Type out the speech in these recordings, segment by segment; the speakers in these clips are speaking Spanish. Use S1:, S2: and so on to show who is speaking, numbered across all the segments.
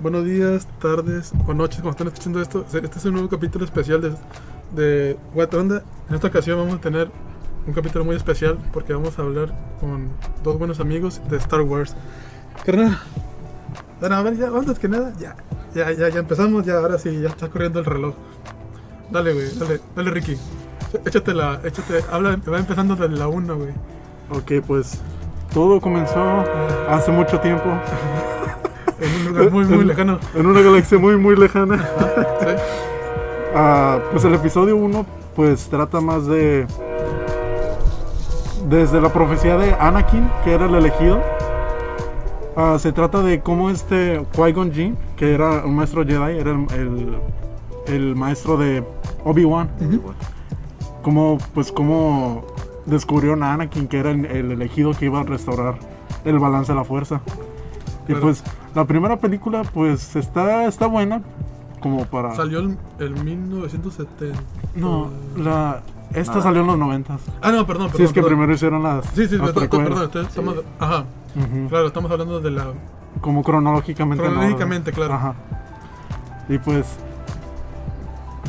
S1: buenos días, tardes o noches cuando están escuchando esto. Este es un nuevo capítulo especial de, de What Onda. En esta ocasión vamos a tener un capítulo muy especial porque vamos a hablar con dos buenos amigos de Star Wars. Carnal, bueno, a ver, ya, antes que nada, ya, ya, ya, ya empezamos, ya, ahora sí, ya está corriendo el reloj. Dale, güey, dale, dale, Ricky. Échate la, échate, habla, va empezando desde la 1, güey.
S2: Ok, pues todo comenzó
S1: Ah.
S2: hace mucho tiempo.
S1: En un lugar muy, muy
S2: En-
S1: lejano.
S2: En una galaxia muy, muy lejana.
S1: Sí.
S2: Ah, pues el episodio 1 pues trata más de... Desde la profecía de Anakin, que era el elegido. Ah, se trata de cómo este Qui-Gon Jinn, que era un maestro Jedi, era el, el- el maestro de Obi-Wan. Cómo, pues cómo descubrieron a Anakin, que era el, el elegido que iba a restaurar el balance de la fuerza. Y
S1: Claro.
S2: pues la primera película pues está, está buena, como para...
S1: Salió el, el 1970.
S2: No, la, esta
S3: Nada.
S2: salió en los 90.
S1: Ah, no, perdón, perdón.
S2: Sí, es que
S1: perdón.
S2: primero Ah, hicieron las.
S1: Sí, sí,
S2: las
S1: perdón,
S2: precuelas.
S1: perdón, estoy- estamos- Ajá,
S2: Ujú.
S1: claro, estamos hablando de la.
S2: Como cronológicamente. no,
S1: Cronológicamente,
S2: ¿verdad?
S1: claro.
S2: Ajá. Y pues.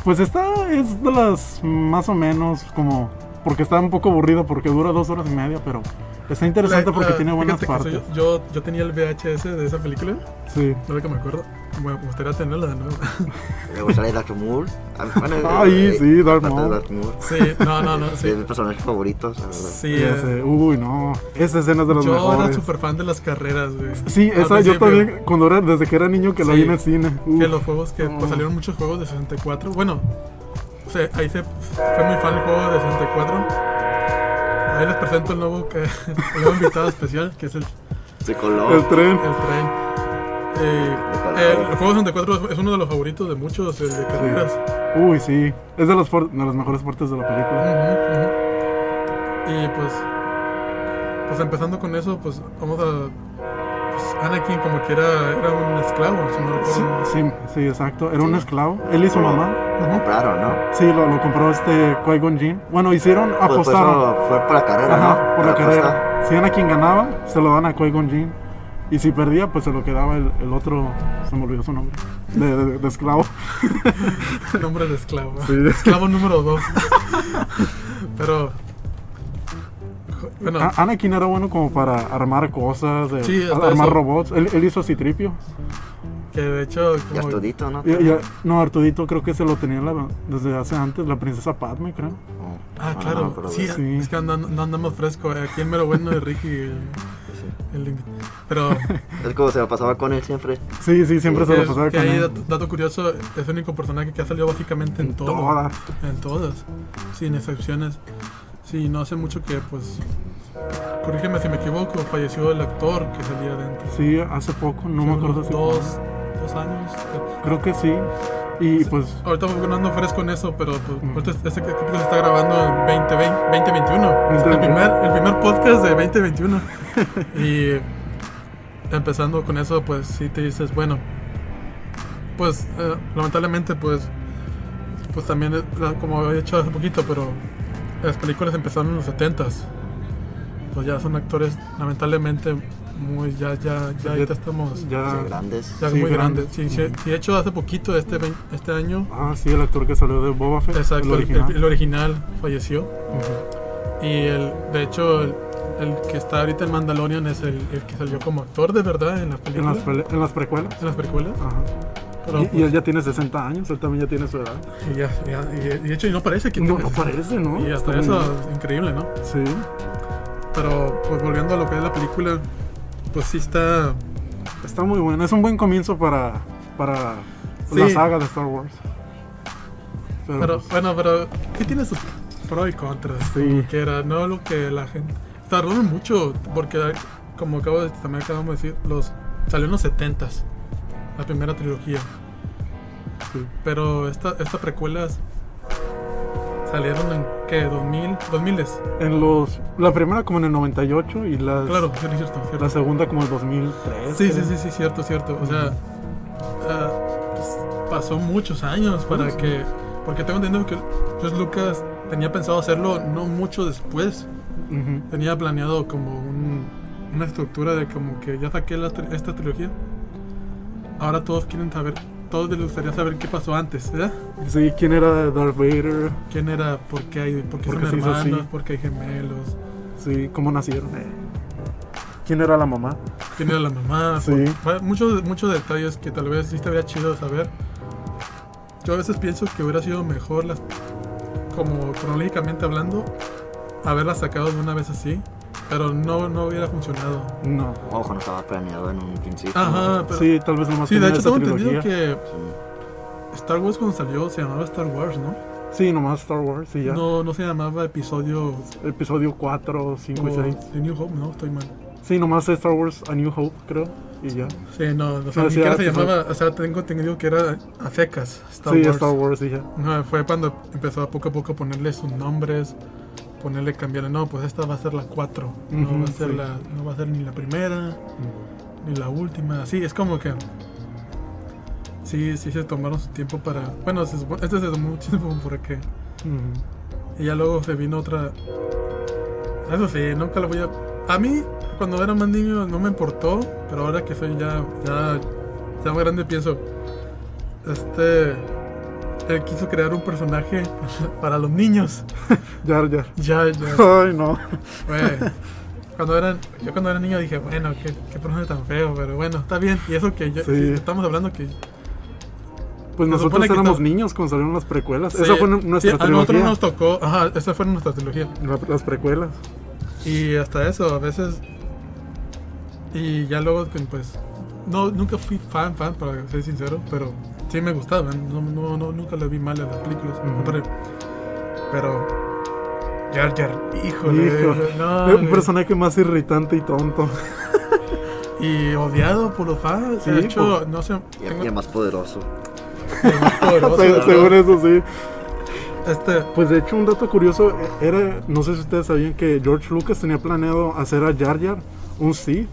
S2: Pues esta es de las más o menos como. Porque está un poco aburrida porque dura dos horas y media, pero está interesante
S1: la-
S2: porque
S1: la-
S2: tiene buenas
S1: fíjate que
S2: partes.
S1: soy- Yo, yo tenía el VHS de esa película,
S2: Sí.
S1: ahora que me acuerdo. Me gustaría tenerla de nuevo.
S3: Luego sale Darth Maul. Ah, bueno,
S2: Ay,
S3: eh,
S2: sí, Darth
S3: aparte de
S2: Maul.
S3: Darth Maul.
S1: Sí, no, no, no,
S3: Es
S1: sí.
S3: mi personaje favorito, la verdad.
S1: Sí,
S2: Ya
S1: eh,
S2: sé. Uy, no. Esa escena es de las
S1: yo era
S2: mejores.
S1: súper fan de las carreras, güey.
S2: Sí,
S1: Al
S2: esa
S1: principio,
S2: yo también, cuando era, desde que era niño que la
S1: Sí.
S2: vi en el cine. Uf.
S1: Que los juegos que pues,
S2: No.
S1: salieron muchos juegos de 64. Bueno, o sea, ahí se, fue muy fan el juego de 64. Ahí les presento el nuevo, que, el nuevo invitado especial, que es el
S3: Se
S2: El
S3: coló.
S2: tren.
S1: El tren. Eh, eh, el juego 64 es uno de los favoritos de muchos, el de carreras.
S2: Uy, sí. Es de las, for- de las mejores partes de la película.
S1: Ujú, ujú. Y pues, pues empezando con eso, pues vamos a. pues, Anakin, como que era, era un esclavo, si no
S2: Sí,
S1: recuerdo.
S2: sí, sí, exacto. Era un esclavo. Él y su mamá. Ah,
S1: Ujú.
S3: Compraron, ¿no?
S2: Sí, lo, lo compró este Qui-Gon Jinn. Bueno, hicieron
S3: Pues, pues,
S2: apostar.
S3: eso fue para carrera,
S2: Ajá,
S3: ¿no?
S2: por la
S3: Para apostar.
S2: carrera. Si era quien ganaba, se lo dan a Qui-Gon Jinn. Y si perdía, pues se lo quedaba el, el otro. Se me olvidó su nombre. De, de- de esclavo.
S1: Nombre de esclavo.
S2: Sí.
S1: Esclavo número 2. Pero. jo- Bueno,
S2: A- Anakin era bueno como para armar cosas, de-
S1: Sí, hasta
S2: armar
S1: eso.
S2: robots. Él, él hizo Citripio.
S1: que de hecho.
S3: Ya es
S1: Como,
S3: todito, ¿no?
S2: Y, y- no, Artudito creo que se lo tenía la- desde hace antes, la princesa Padme, creo.
S3: Oh,
S1: ah,
S3: no, no me
S1: claro.
S3: acuerdo
S1: sí,
S3: de eso.
S2: Sí.
S1: es que andamos fresco. eh, Aquí el mero bueno de Ricky. el-
S3: Sí.
S1: el invi- Pero
S3: Es como se la pasaba con él siempre.
S2: Sí, sí, siempre se
S1: que,
S2: lo pasaba
S1: que
S2: con
S1: ahí,
S2: él.
S1: dato, dato curioso, es el único personaje que ha salido básicamente en, todo.
S2: Todas.
S1: En todas, sin excepciones. Sí, no hace mucho que, pues, corrígeme si me equivoco, falleció el actor que salía dentro.
S2: Sí, hace poco, no me acuerdo si
S1: Dos, dos años. que-
S2: Creo que sí. Y pues,
S1: Ahorita voy ganando fresco en eso, pero pues, ahorita este capítulo se está grabando en 2020, 2021. Es el,
S2: 2021.
S1: primer, el primer podcast de 2021. y empezando con eso, pues sí te dices, bueno, pues eh, lamentablemente, pues, pues también, eh, la- como había dicho hace poquito, pero las películas empezaron en los 70s. Pues ya son actores, lamentablemente, muy, ya, ya, ya, ahorita estamos.
S2: ya.
S3: Sí, grandes.
S1: Ya
S2: Sí,
S1: muy grande.
S2: grande.
S1: Sí, sí, sí, de hecho, hace poquito, este, vein- este año,
S2: Ah, sí, el actor que salió de Boba Fett.
S1: exacto,
S2: el
S1: el- el el
S2: original.
S1: original, falleció.
S2: Ujú.
S1: Y el, de hecho, el, el que está ahorita en Mandalorian es el, el que salió como actor de verdad en las
S2: en,
S1: películas.
S2: las
S1: En las,
S2: pele- en las precuelas.
S1: películas.
S2: Ajá.
S1: Pero,
S2: y, y él ya tiene 60 años, él también ya tiene su edad.
S1: pues, y ya- ya- y- y de hecho, y no parece que
S2: No,
S1: tenga-
S2: no parece, ¿no?
S1: Y hasta
S2: Está muy
S1: eso, es increíble, ¿no?
S2: bien. Sí.
S1: Pero, pues volviendo a lo que es la película, pues sí está.
S2: Está muy bueno. Es un buen comienzo para, para
S1: Sí.
S2: la saga de Star Wars. Pero,
S1: Pero,
S2: pues,
S1: bueno, pero ¿qué tiene sus pros y contras?
S2: Sí.
S1: Como Que era, no lo que la gente. Tardaron mucho, porque como acabo de, también acabamos de decir, los, salió en los 70s, la primera trilogía.
S2: sí.
S1: Pero estas esta precuelas salieron en, ¿qué? 2000, 2000 es.
S2: En los, la primera como en el 98 y las-
S1: Claro, sí, es cierto,
S2: la
S1: cierto.
S2: segunda como en el 2003.
S1: Sí, sí,
S2: creo.
S1: sí, sí, cierto, cierto. O sea, ah, pues, pasó muchos años para
S2: Sí.
S1: que. Porque tengo entendido que George Lucas tenía pensado hacerlo no mucho después.
S2: Ujú.
S1: Tenía planeado como un- una estructura de como que ya saqué la tri- esta trilogía. ahora todos quieren saber, todos les gustaría saber qué pasó antes, ¿verdad?
S2: Sí, ¿quién era Darth Vader?
S1: ¿Quién era? ¿Por qué hay? ¿Por qué
S2: ¿Por qué
S1: son
S2: se hizo así?
S1: hermanos? ¿Por qué hay gemelos?
S2: Sí, ¿cómo nacieron? Eh, ¿Quién era la mamá?
S1: ¿Quién era la mamá?
S2: Sí.
S1: Va- Muchos, muchos detalles que tal vez sí estaría chido saber. Yo a veces pienso que hubiera sido mejor, las, como cronológicamente hablando, haberlas sacado de una vez así, pero no, no hubiera funcionado.
S2: No.
S3: Ojo, no estaba planeado en un principio.
S1: Ajá, pero. Sí,
S2: Sí, tal vez nomás
S1: de
S2: tenía
S1: hecho
S2: esa
S1: tengo entendido
S2: trilogía.
S1: que
S3: Sí.
S1: Star Wars cuando salió se llamaba Star Wars, ¿no?
S2: Sí, nomás Star Wars y ya.
S1: No, no se llamaba episodio
S2: Episodio 4, 5 y
S1: o
S2: 6.
S1: The New Hope, ¿no? Estoy mal.
S2: Sí, nomás Star Wars A New Hope, creo. Y ya.
S1: Sí, no, o sea,
S2: No,
S1: ni
S2: sí,
S1: siquiera
S2: era
S1: se
S2: episodio-
S1: llamaba, o sea, tengo entendido que era a secas Star
S2: sí,
S1: Wars.
S2: Star Wars y ya.
S1: No, fue cuando empezó a poco a poco a ponerle sus nombres, ponerle, cambiarle, no, pues esta va a ser la 4,
S2: Ujú,
S1: no, va a ser
S2: sí.
S1: la, no va a ser ni la primera, ni la última, así, es como que... Sí, sí se tomaron su tiempo para... Bueno, se supo- este se tomó mucho tiempo porque...
S2: Ujú.
S1: Y ya luego se vino otra... Eso sí, nunca lo voy a... A mí, cuando era más niño, no me importó, pero ahora que soy ya, ya, ya más grande, pienso... Este... Él quiso crear un personaje para los niños.
S2: Jar Jar.
S1: Ya, ya.
S2: Ay, no.
S1: Güey, cuando era, yo cuando era niño dije, bueno, qué, qué personaje tan feo, pero bueno, está bien. Y eso que yo,
S2: Sí.
S1: estamos hablando que...
S2: Pues
S1: Se
S2: nosotros
S1: supone que
S2: éramos
S1: to-
S2: niños cuando salieron las precuelas. Esa fue nu-
S1: Sí,
S2: nuestra
S1: A nosotros
S2: trilogía.
S1: nos tocó, ajá, esa fue nuestra trilogía.
S2: La- las precuelas.
S1: Y hasta eso, a veces. Y ya luego, que, pues. No, nunca fui fan, fan, para ser sincero, pero sí me gustaban. No, no, no, nunca le vi mal a las películas.
S2: Ujú.
S1: al contrario. Pero. Jar Jar, híjole.
S2: Hijo.
S1: no,
S2: Era un
S1: güey.
S2: personaje más irritante y tonto.
S1: y odiado por los fans.
S2: Sí,
S1: de hecho,
S2: pues.
S1: no sé.
S3: Y,
S1: Tengo
S3: y el más poderoso.
S1: el más poderoso,
S2: Se-
S1: Oh, ¿verdad?
S2: según eso, sí.
S1: Este.
S2: Pues de hecho, un dato curioso eh, era, no sé si ustedes sabían que George Lucas tenía planeado hacer a Jar Jar un Sith,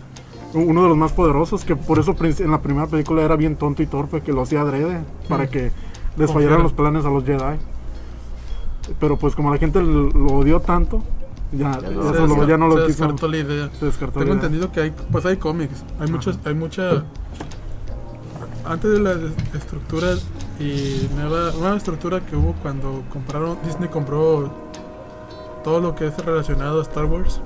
S2: u- uno de los más poderosos, que por eso prin- en la primera película era bien tonto y torpe, que lo hacía adrede,
S1: Mm.
S2: para que les fallaran
S1: Confiaron.
S2: los planes a los Jedi. Pero pues como la gente l- lo odió tanto, ya,
S3: Ya
S2: ya
S3: no.
S2: se
S1: se
S2: lo-
S1: desca-
S2: ya no
S1: se
S2: lo quiso.
S1: descartó la idea.
S2: Se descartó.
S1: Tengo
S2: ya.
S1: entendido que hay, pues hay cómics, hay muchos, hay mucha antes de las estructuras y nueva nueva estructura que hubo cuando compraron Disney compró todo lo que es relacionado a Star Wars.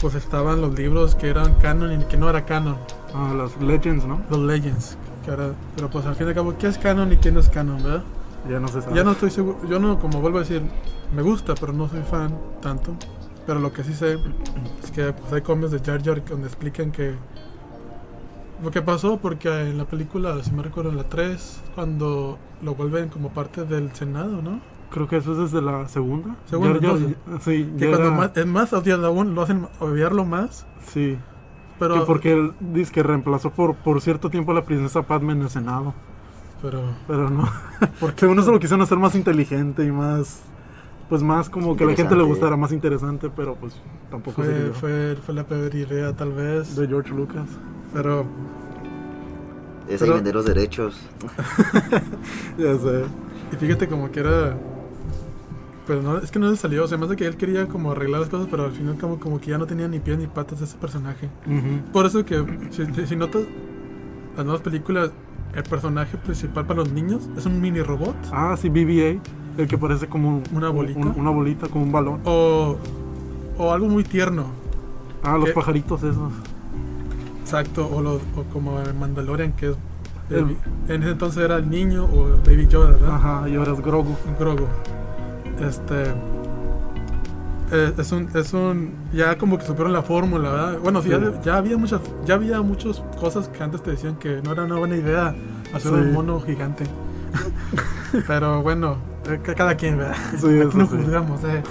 S1: Pues estaban los libros que eran canon y que no era canon,
S2: Ah, las Legends, ¿no?
S1: los Legends, que era, pero pues al fin y al cabo qué es canon y qué no es canon, ¿verdad?
S2: Ya no se sabe.
S1: Ya no estoy seguro, yo no, como vuelvo a decir, me gusta, pero no soy fan tanto. Pero lo que sí sé es que pues, hay cómics de Jar Jar donde explican que lo que pasó, porque en la película, si me recuerdo, en la 3, cuando lo vuelven como parte del Senado, ¿no?
S2: Creo que eso es desde la segunda.
S1: Segunda,
S2: Jar Jar-
S1: entonces.
S2: sí,
S1: Que
S2: ya
S1: cuando
S2: era-
S1: más, es más odiado aún, lo hacen odiarlo más.
S2: sí.
S1: Pero,
S2: Que porque él dice que reemplazó por, por cierto tiempo a la princesa Padme en el Senado.
S1: pero
S2: Pero no.
S1: ¿por qué?
S2: Según eso lo quisieron hacer más inteligente y más. Pues más como que a la gente le
S3: Interesante.
S2: gustara, más interesante, pero pues tampoco
S1: Fue,
S2: sirvió.
S1: fue, fue la peor idea, tal vez.
S2: De George Lucas.
S1: Pero
S3: Es ahí
S1: Pero-
S3: vender los derechos.
S2: Ya sé.
S1: Y fíjate como que era... Pero no, es que no le salió, o sea, más de que él quería como arreglar las cosas, pero al final como, como que ya no tenía ni pies ni patas ese personaje.
S2: Ujú.
S1: Por eso que, si, si- si notas las nuevas películas, el personaje principal para los niños es un mini robot.
S2: Ah, sí, BBA. El que parece como un-
S1: Una bolita.
S2: un- una bolita, como un balón.
S1: O, o algo muy tierno,
S2: Ah, los
S1: ¿Qué?
S2: pajaritos esos.
S1: exacto, o, lo- o como en Mandalorian, que es...
S2: El-
S1: Baby- en ese entonces era el niño o Baby Yoda, ¿verdad?
S2: Ajá, y ahora es Grogu.
S1: Grogu. Este. eh, es un. Es un. Ya como que supieron la fórmula, ¿verdad? Bueno, sí, ya,
S2: Sí.
S1: ya había muchas. Ya había muchas cosas que antes te decían que no era una buena idea hacer
S2: Sí.
S1: un mono gigante. pero bueno, eh, ca- cada quien, ¿verdad?
S2: Sí, eso
S1: no
S2: sí.
S1: juzgamos, eh.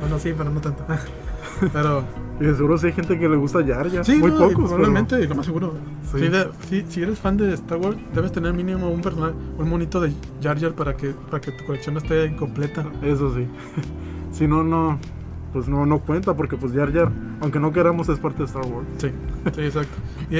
S1: Bueno, sí, pero no tanto. pero.
S2: Y de seguro sí hay gente que le gusta Jar Jar.
S1: Sí,
S2: Muy
S1: no, y
S2: pocos. pero-
S1: probablemente, y lo más seguro.
S2: Sí.
S1: Si, de- si- si eres fan de Star Wars, debes tener mínimo un personaje, un monito de Jar Jar para que, para que tu colección esté completa.
S2: Eso sí. si no, no. Pues no, no cuenta, porque pues Jar Jar, aunque no queramos, es parte de Star Wars.
S1: Sí, sí, exacto. Y,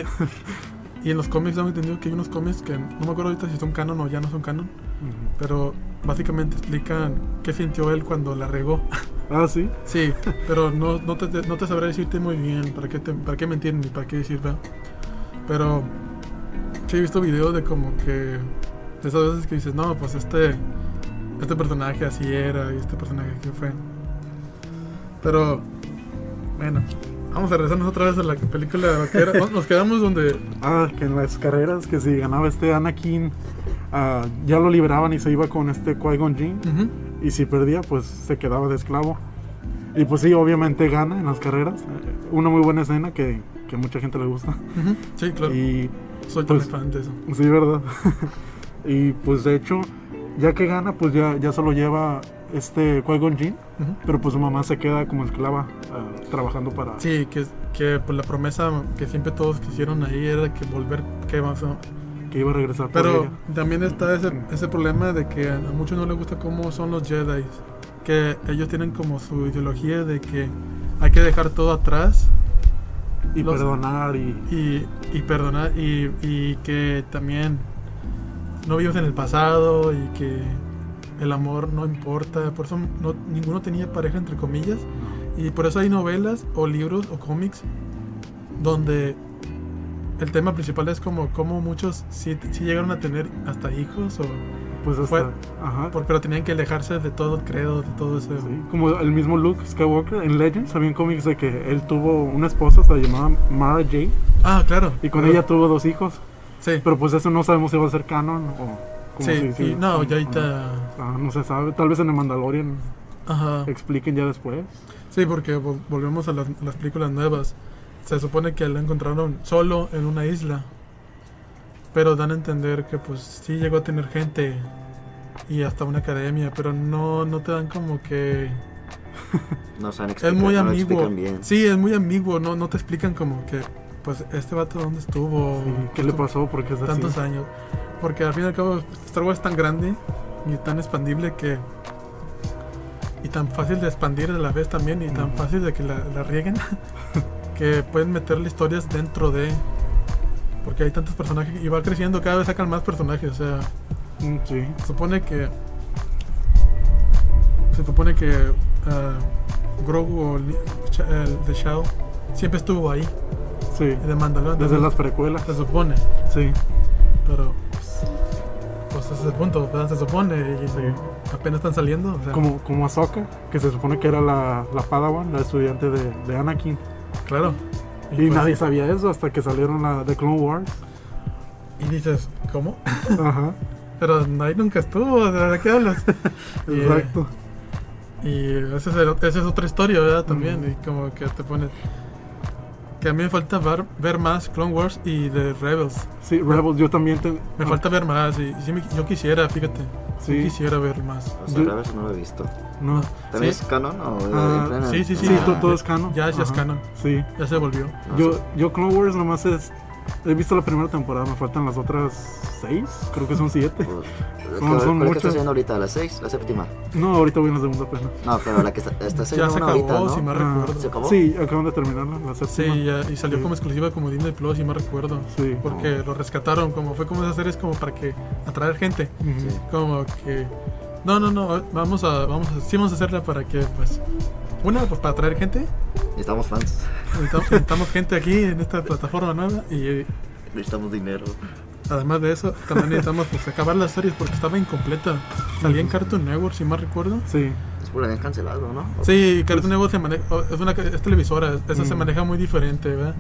S1: y en los cómics hemos entendido que hay unos cómics que no me acuerdo ahorita si son canon o ya no son canon,
S2: Ujú.
S1: pero básicamente explican qué sintió él cuando la regó.
S2: Ah, sí.
S1: Sí, pero no, no, te, no te sabré decirte muy bien para qué, te- para qué mentir ni para qué decir, ¿verdad? Pero hecho, he visto videos de como que. De esas veces que dices, no, pues este. Este personaje así era y este personaje que fue. Pero. Bueno, vamos a regresarnos otra vez a la película vaquera. Nos- Nos quedamos donde.
S2: Ah, que en las carreras que si ganaba este Anakin, ah, ya lo liberaban y se iba con este Qui-Gon Jinn.
S1: Ujú.
S2: Y si perdía, pues se quedaba de esclavo. Y pues sí, obviamente gana en las carreras. Eh, Una muy buena escena que, que mucha gente le gusta.
S1: Ujú. Sí, claro.
S2: Y
S1: Soy tan
S2: pues-
S1: fan de eso.
S2: sí, verdad. y pues de hecho, ya que gana, pues ya, ya se lo lleva este Qui-Gon Jinn.
S1: Ujú.
S2: Pero pues su mamá se queda como esclava ah, trabajando para...
S1: Sí, que, que pues, la promesa que siempre todos quisieron ahí era que volver, que vamos a-
S2: Que iba a regresar por
S1: Pero
S2: ella.
S1: también está ese, ese problema de que a muchos no les gusta cómo son los Jedi. Que ellos tienen como su ideología de que hay que dejar todo atrás
S2: Y
S1: los-
S2: perdonar y...
S1: y, y perdonar y, y que también no vivimos en el pasado y que el amor no importa. Por eso no- ninguno tenía pareja, entre comillas. Y por eso hay novelas o libros o cómics donde el tema principal es como cómo muchos sí, sí llegaron a tener hasta hijos, o,
S2: Pues hasta...
S1: Fue-
S2: ajá.
S1: por- pero tenían que alejarse de todo credo, de todo eso.
S2: Sí, como el mismo Luke Skywalker en Legends había cómics de que él tuvo una esposa, se llamaba Mara Jade,
S1: Ah, claro.
S2: y con
S1: Pero-
S2: ella tuvo dos hijos,
S1: Sí,
S2: pero pues eso no sabemos si va a ser canon o como
S1: sí,
S2: si- si-
S1: y- no, ya
S2: o-
S1: ahorita...
S2: Ah, no se sabe, tal vez en el Mandalorian
S1: Ajá.
S2: expliquen ya después.
S1: Sí, porque vol- volvemos a las, a las películas nuevas. Se supone que lo encontraron solo en una isla. Pero dan a entender que pues sí llegó a tener gente y hasta una academia, pero no, no te dan como que...
S3: No saben
S1: Es
S3: explicar,
S1: muy
S3: no lo
S1: ambiguo.
S3: explican bien.
S1: Sí, es muy ambiguo, no, no te explican como que, pues, este vato dónde estuvo.
S2: Sí, ¿Qué le pasó? Porque es así.
S1: Oh, Tantos años. Porque al fin y al cabo, Star Wars es tan grande y tan expandible que. Y tan fácil de expandir a la vez también, y tan
S2: Ujú.
S1: fácil de que la, la rieguen, que pueden meterle historias dentro de. Porque hay tantos personajes y va creciendo, cada vez sacan más personajes. O sea,
S2: Mm, Sí,
S1: se supone que. Se supone que. ah, Grogu o Li- Cha- el de Shao siempre estuvo ahí,
S2: sí.
S1: de Mandalorian.
S2: Desde
S1: también,
S2: las precuelas.
S1: Se supone.
S2: Sí,
S1: Pero, pues, pues ese es el punto, ¿verdad? Se supone. Y, y Apenas están saliendo. o sea,
S2: como, como Ahsoka, que se supone que era la, la Padawan, la estudiante de, de Anakin.
S1: Claro.
S2: Y,
S1: pues,
S2: nadie sabía eso hasta que salieron la de Clone Wars.
S1: Y dices, ¿cómo?
S2: Ajá,
S1: Pero ahí nunca estuvo, o sea, ¿de qué hablas? Y, eh,
S2: exacto.
S1: Y esa es, el- esa es otra historia, ¿verdad? También,
S2: Mm.
S1: y como que te pones. Que a mí me falta ver, ver más Clone Wars y de Rebels.
S2: Sí, Rebels, yo también te...
S1: Me
S2: ah,
S1: falta ver más, y, y sí me- yo quisiera, fíjate. Sí.
S2: Sí.
S1: quisiera ver más.
S3: O sea,
S2: Yo-
S3: a veces no lo he visto.
S2: Ah, No.
S3: ¿También
S1: Sí.
S3: es canon o de- de
S2: Ah,
S3: plano?
S1: sí, sí,
S2: Sí,
S1: Ah,
S2: to- todo
S1: ya-
S2: es canon.
S1: ya- ya es
S2: Ajá,
S1: canon. Ah,
S2: Sí.
S1: Ya se volvió.
S3: No,
S2: Yo, yo Clone Wars nomás es... He visto la primera temporada, me faltan las otras seis, creo que son siete.
S3: Pues,
S2: Son-
S3: ¿cuál-
S2: son
S3: ¿Cuál es que
S2: muchos.
S3: estás haciendo ahorita? ¿La 6? ¿La séptima?
S2: No, ahorita voy en la segunda apenas.
S3: No, pero la que está,
S1: Ya
S3: está haciendo
S1: se
S3: una
S1: acabó,
S3: ahorita, ¿no?
S1: si me
S2: Ah,
S1: recuerdo.
S3: ¿Se acabó?
S2: Sí, acaban de terminarla, la séptima.
S1: Sí, ya, y salió como exclusiva como Disney Plus, y me recuerdo.
S2: Sí.
S1: Porque lo rescataron, como fue como esas series como para que atraer gente.
S2: Ujú.
S3: Sí.
S1: Como que no, no, no, vamos a vamos a, sí vamos a hacerla para que pues una pues para atraer gente.
S3: Necesitamos fans.
S1: Necesitamos, necesitamos gente aquí en esta plataforma nueva y eh,
S3: Necesitamos dinero.
S1: además de eso también necesitamos pues acabar las series porque estaba incompleta. Salía en Cartoon Network, si mal recuerdo.
S2: Sí.
S3: Es por la habían cancelado, ¿no?
S1: Sí, Cartoon Network se maneja, oh, es una es televisora, esa se
S2: Pues Mm.
S1: maneja muy diferente, ¿verdad?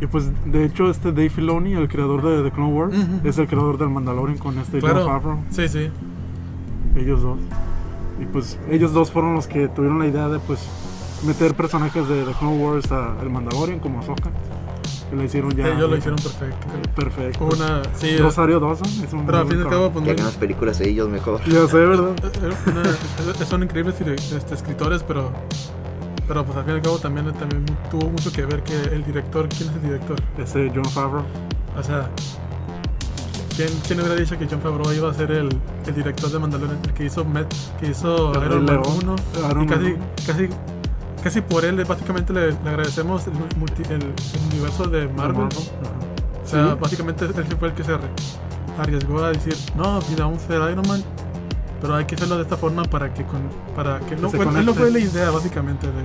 S2: Y pues, de hecho, este Dave Filoni, el creador de The Clone Wars,
S1: Ujú.
S2: es el creador del Mandalorian con este John Favreau.
S1: Claro. Sí, sí.
S2: Ellos dos. Y pues ellos dos fueron los que tuvieron la idea de pues meter personajes de The Clone Wars a El Mandalorian como Ahsoka. Que la hicieron ya.
S1: Ellos lo hicieron perfecto.
S2: Perfecto.
S1: Una sí, es-
S2: Rosario Dawson es un
S1: pero al
S2: buen
S1: fin y al cabo pues
S2: trabajo.
S3: Que
S1: muy-
S3: hagan las películas de ellos mejor.
S2: Ya sé, ¿verdad?
S1: Eh, eh, una- son increíbles dire- este, escritores, pero, pero pues al fin y al cabo también, también tuvo mucho que ver que el director, ¿quién es el director?
S2: Ese John Favreau.
S1: O sea, ¿quién, quién hubiera dicho que John Favreau iba a ser el, el director de Mandalorian, el que hizo, Met, que hizo
S2: El Rey
S1: Iron Man
S2: León,
S1: 1?
S2: Iron
S1: Y casi,
S2: Man.
S1: casi, casi por él, básicamente le, le agradecemos el, multi- el- el universo de Marvel. O sea,
S2: Sí.
S1: básicamente él fue el que se re- arriesgó a decir, no, mira, vamos a hacer Iron Man, pero hay que hacerlo de esta forma para que con, para que no,
S2: se
S1: fue- él no
S2: conecte.
S1: fue la idea básicamente de-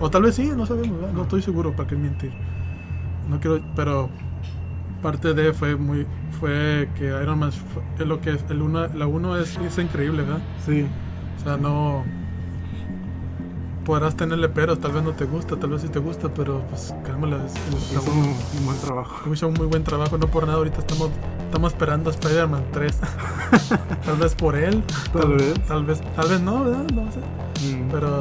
S1: o tal vez sí, no sabemos, ¿verdad? no estoy seguro para qué mentir. No quiero, pero parte de fue muy fue que Iron Man fue- es lo que es el una, la 1 es, es increíble, ¿verdad?
S2: Sí,
S1: O sea, no podrás tenerle peros, tal vez no te gusta, tal vez sí te gusta, pero pues cálmala, es, es la
S2: hizo
S1: uno.
S2: un, un buen trabajo.
S1: Hizo un muy buen trabajo, no por nada ahorita estamos estamos esperando a Spider-Man 3. tal vez por él,
S2: Tal vez.
S1: tal vez tal vez no, ¿verdad? No sé.
S2: Mm.
S1: Pero.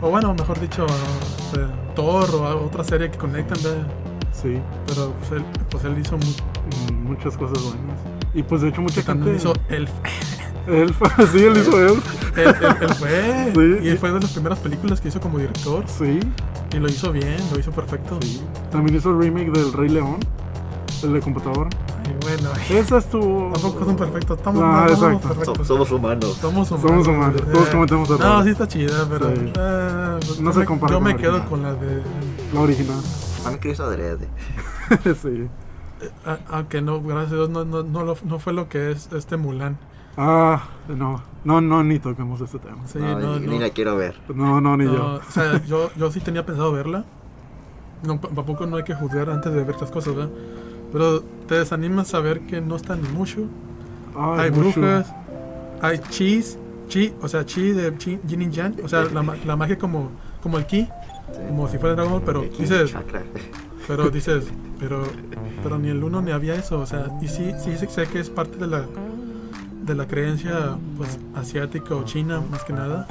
S1: O bueno, mejor dicho, eh, Thor o a- otra serie que conectan, ¿verdad?
S2: Mm, Sí,
S1: Pero pues él, pues él hizo. mu-
S2: mm, muchas cosas buenas. Y pues de hecho mucha
S1: También
S2: gente...
S1: hizo Elf.
S2: Elf, sí, él hizo Elf.
S1: Él, él- él fue.
S2: Sí.
S1: Y fue de las primeras películas que hizo como director.
S2: Sí,
S1: Y lo hizo bien, lo hizo perfecto.
S2: sí. También hizo el remake del Rey León, el de computadora.
S1: Y bueno,
S2: Esa estuvo...
S1: tampoco son perfectos. Estamos,
S2: No,
S1: no, no somos
S2: exacto.
S3: So-
S1: perfectos.
S3: somos humanos.
S1: Somos humanos.
S2: Somos humanos,
S1: eh.
S2: todos cometemos errores.
S1: No, sí está chida, pero.
S2: Sí.
S1: eh, pues,
S2: No
S1: yo
S2: se
S1: me-
S2: compara
S1: Yo
S2: con
S1: me
S2: la
S1: quedo
S2: original.
S1: con la de.
S2: La original.
S3: A mí que hizo adrede.
S2: sí.
S1: a- Aunque no, gracias a Dios, no, no, no, lo- no fue lo que es este Mulan.
S2: Ah, no, no, no, ni toquemos este tema.
S1: Sí,
S3: No,
S1: no,
S3: ni,
S1: no.
S3: ni la quiero ver.
S2: No, no, ni
S1: No,
S2: yo.
S1: O sea, yo, yo sí tenía pensado verla. No, p- tampoco no hay que juzgar antes de ver las cosas, ¿verdad? Pero te desanimas saber que no está ni mucho.
S2: Ay,
S1: hay
S2: mucho.
S1: brujas, hay cheese, chi, o sea, chi de chi, yin y yang, o sea, la, ma- la magia como, como el ki, como si fuera Dragon Ball, pero
S3: Aquí,
S1: dices,
S3: chakra.
S1: pero dices, pero, pero ni el uno ni había eso, o sea, y sí, sí sé- sé que es parte de la, de la creencia, pues, asiática o china, más que nada,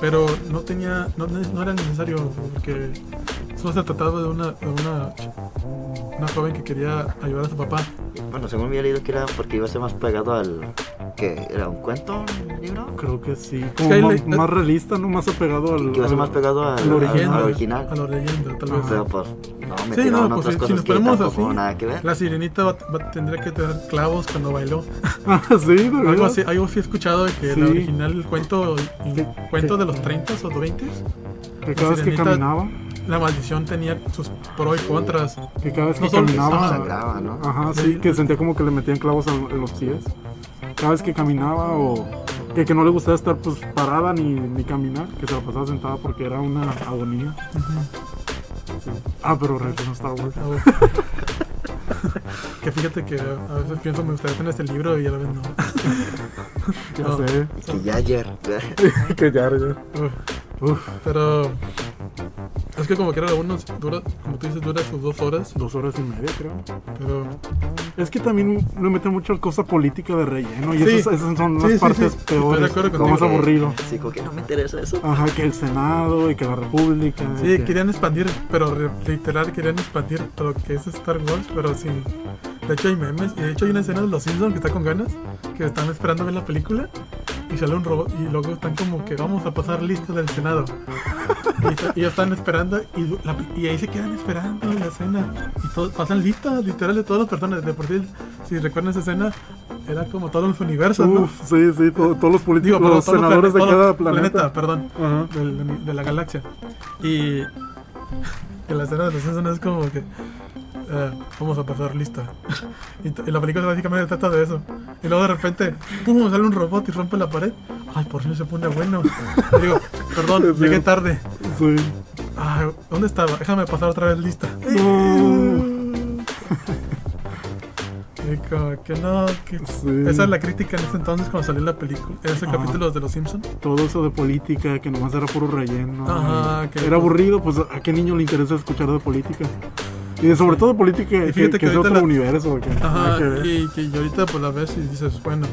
S1: pero no tenía, no, ne- no era necesario que solo se trataba de una, de una, una joven que quería ayudar a su papá,
S3: Bueno, según había leído que era porque iba a ser más pegado al. que ¿Era un cuento? ¿Un libro?
S2: Creo que sí. Como
S1: que
S2: ma-
S1: le-
S2: más realista, ¿no? Más apegado al.
S3: Que iba a ser
S2: al-
S3: más pegado al,
S2: Lo
S3: al-
S2: original.
S3: al
S1: leyenda,
S3: original.
S1: a la leyenda, tal vez.
S2: Ajá.
S3: Pero pues, no, me
S1: Sí,
S3: tiraron
S1: no, pues si,
S3: otras
S1: si
S3: cosas
S1: nos
S3: que
S1: ponemos
S3: tampoco
S1: así,
S3: nada que ver.
S1: la sirenita va- va- tendría que tener clavos cuando bailó.
S2: Ah, sí, de verdad.
S1: Algo así, algo así he escuchado de que la
S2: Sí.
S1: original, el cuento, el
S2: ¿Qué-
S1: cuento
S2: qué?
S1: de los 30s o 20s,
S2: Que cada vez que
S1: sirenita-
S2: caminaba,
S1: la maldición tenía sus pros y contras.
S2: que cada vez que
S1: No solo-
S2: caminaba.
S3: Sagraba, ¿no?
S1: Ah.
S2: Ajá, sí, que sentía como que le metían clavos al- en los pies. Cada vez que caminaba o. Que, que no le gustaba estar pues parada ni, ni caminar, que se la pasaba sentada porque era una agonía. Sí. Ah, pero regresó a Star Wars.
S1: Algo- que fíjate que a veces pienso me gustaría tener este libro y a la vez no.
S2: Ya
S1: No.
S2: sé.
S3: Y que ya ayer.
S2: que ya, ya.
S1: Uf,
S2: Uf,
S1: Pero es que como que era uno, dura, como tú dices, dura sus dos horas,
S2: dos horas y media, creo.
S1: pero
S2: Es que también le meten mucha cosa política de relleno y
S1: Sí.
S2: esas, esas son
S1: Sí,
S2: las
S1: sí,
S2: partes
S1: sí. Estoy de
S2: peores,
S1: acuerdo
S2: lo más
S1: contigo.
S2: aburrido.
S3: Sí, como que no me interesa eso.
S2: Ajá, que el Senado y que la República. y
S1: Sí,
S2: que-
S1: querían expandir, pero re- literal querían expandir a lo que es Star Wars, pero sin... De hecho hay memes, y de hecho hay una escena de Los Simpsons que está con ganas, que están esperando ver la película, y sale un robot, y luego están como que vamos a pasar lista del Senado. y, está- y ellos están esperando, y, du- la- y ahí se quedan esperando la escena, y todos pasan listas, literal, de todas las personas, de por sí, si recuerdan esa escena, era como todos los universos, ¿no?
S2: Uf, sí, sí, to- todos los
S1: Digo,
S2: políticos,
S1: pero
S2: los
S1: todos los
S2: senadores
S1: plane- todos
S2: de cada
S1: los
S2: planeta.
S1: perdón
S2: Ajá.
S1: del- de, mi- de la galaxia. Y en la escena de los Simpsons es como que eh, vamos a pasar lista. y, t- y la película básicamente trata de eso. Y luego de repente, ¡pum! sale un robot y rompe la pared. Ay, por fin se pone bueno. Y digo, perdón,
S2: Es
S1: llegué
S2: cierto.
S1: tarde.
S2: Sí.
S1: Ay, ¿dónde estaba? Déjame pasar otra vez lista.
S2: No.
S1: Y como que no, que-
S2: Sí.
S1: Esa es la crítica en ese entonces cuando salió la película, ese
S2: Ajá.
S1: capítulo de los Simpsons.
S2: Todo eso de política, que nomás era puro relleno.
S1: Ajá,
S2: y
S1: que-
S2: Era aburrido, pues a qué niño le interesa escuchar de política. Y de- sobre todo de política,
S1: Y
S2: que,
S1: fíjate
S2: que
S1: que
S2: es de
S1: ahorita
S2: otro
S1: la-
S2: universo. Que, nada
S1: Ajá,
S2: que ver.
S1: y, que- y ahorita pues la ves y dices, bueno,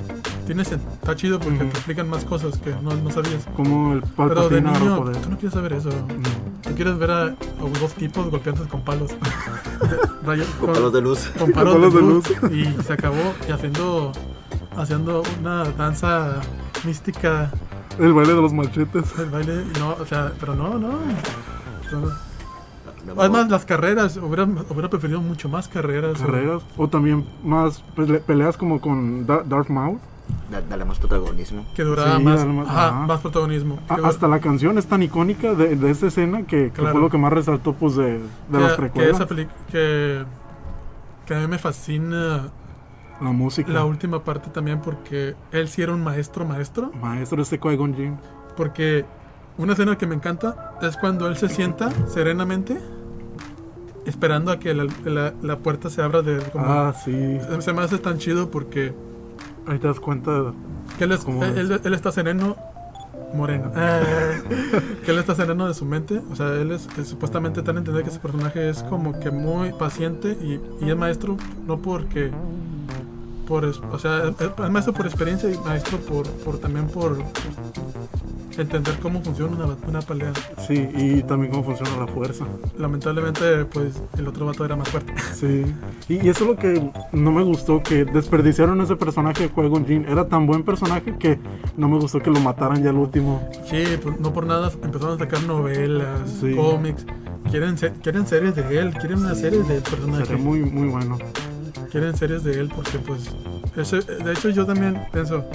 S1: tienes, está chido porque te explican más cosas que no, no sabías.
S2: Como el
S1: Pero de
S2: Palpatine ahora
S1: niño,
S2: poder. Mm.
S1: tú no quieres saber eso.
S2: No.
S1: Tú quieres ver a, a dos tipos golpeándose con palos. De- rayos-
S3: Con palos de luz.
S1: con palos
S2: palos
S1: de
S2: de
S1: luz. Y se acabó y haciendo, haciendo una danza mística
S2: El baile de los machetes.
S1: del baile. y No, o sea, pero no, no. No. Ah,
S3: No,
S1: Además, las carreras, hubiera, hubiera preferido mucho más carreras.
S2: carreras o también más pele- peleas como con Dar- Darth Maul.
S3: da- dale más protagonismo.
S1: Que duraba
S2: Sí,
S1: más,
S2: dar más-
S1: ajá,
S2: ajá. Ah,
S1: más protagonismo.
S2: A-
S1: Que-
S2: hasta la canción es tan icónica de, de esta escena que, que
S1: Claro.
S2: fue lo que más resaltó pues de, de
S1: que,
S2: las
S1: que esa
S2: precuelas.
S1: peli- que, que a mí me fascina
S2: La música.
S1: la última parte también porque él sí era un maestro maestro.
S2: Maestro este Qui-Gon Jinn.
S1: Porque una escena que me encanta es cuando él se sienta serenamente esperando a que la, la- la puerta se abra de como-
S2: Ah, sí.
S1: se- se me hace tan chido porque
S2: Ahí te das cuenta.
S1: que él, es-
S2: ¿Cómo
S1: él, él- él está sereno moreno Ah, que él está sereno de su mente o sea él es, es- supuestamente tan entender que ese personaje es como que muy paciente y, y es maestro no porque por es- o sea es, es maestro por experiencia y maestro por, por también por entender cómo funciona una, una pelea
S2: Sí, y también cómo funciona la fuerza.
S1: lamentablemente pues el otro vato era más fuerte
S2: Sí. Y, y eso es lo que no me gustó, que desperdiciaron ese personaje de Qui-Gon Jinn. Era tan buen personaje que no me gustó que lo mataran ya al último.
S1: Sí, por- no por nada empezaron a sacar novelas,
S2: Sí.
S1: cómics. Quieren, se- quieren series de él, quieren una serie del personaje.
S2: Sería muy, muy bueno.
S1: Quieren series de él porque, pues. ese- de hecho, yo también pienso.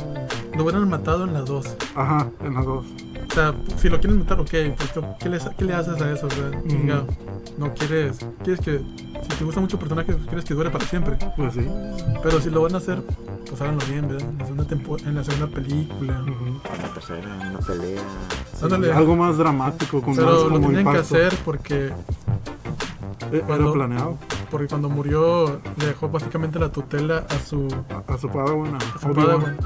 S1: Lo hubieran matado en las dos.
S2: Ajá, en las dos.
S1: O sea, si lo quieren matar, ok. pues, ¿qué- ¿qué, le, qué le haces a eso? O sea, chingado. No quieres. Quieres que. Si te gusta mucho el personaje, pues, quieres que dure para siempre.
S2: Pues sí.
S1: Pero si lo van a hacer, pues háganlo bien, ¿verdad? En la segunda, tempo- en la segunda película.
S2: Ujú.
S3: Cuando empezaron una pelea.
S1: Ándale.
S2: Algo más dramático, con más
S1: Pero lo
S2: como
S1: tenían que
S2: impacto.
S1: hacer porque
S2: Eh,
S1: cuando-
S2: Era planeado.
S1: Porque cuando murió, le dejó básicamente la tutela a su,
S2: A- A su padawan, a
S1: a su
S2: Obi-Wan.
S1: padawan.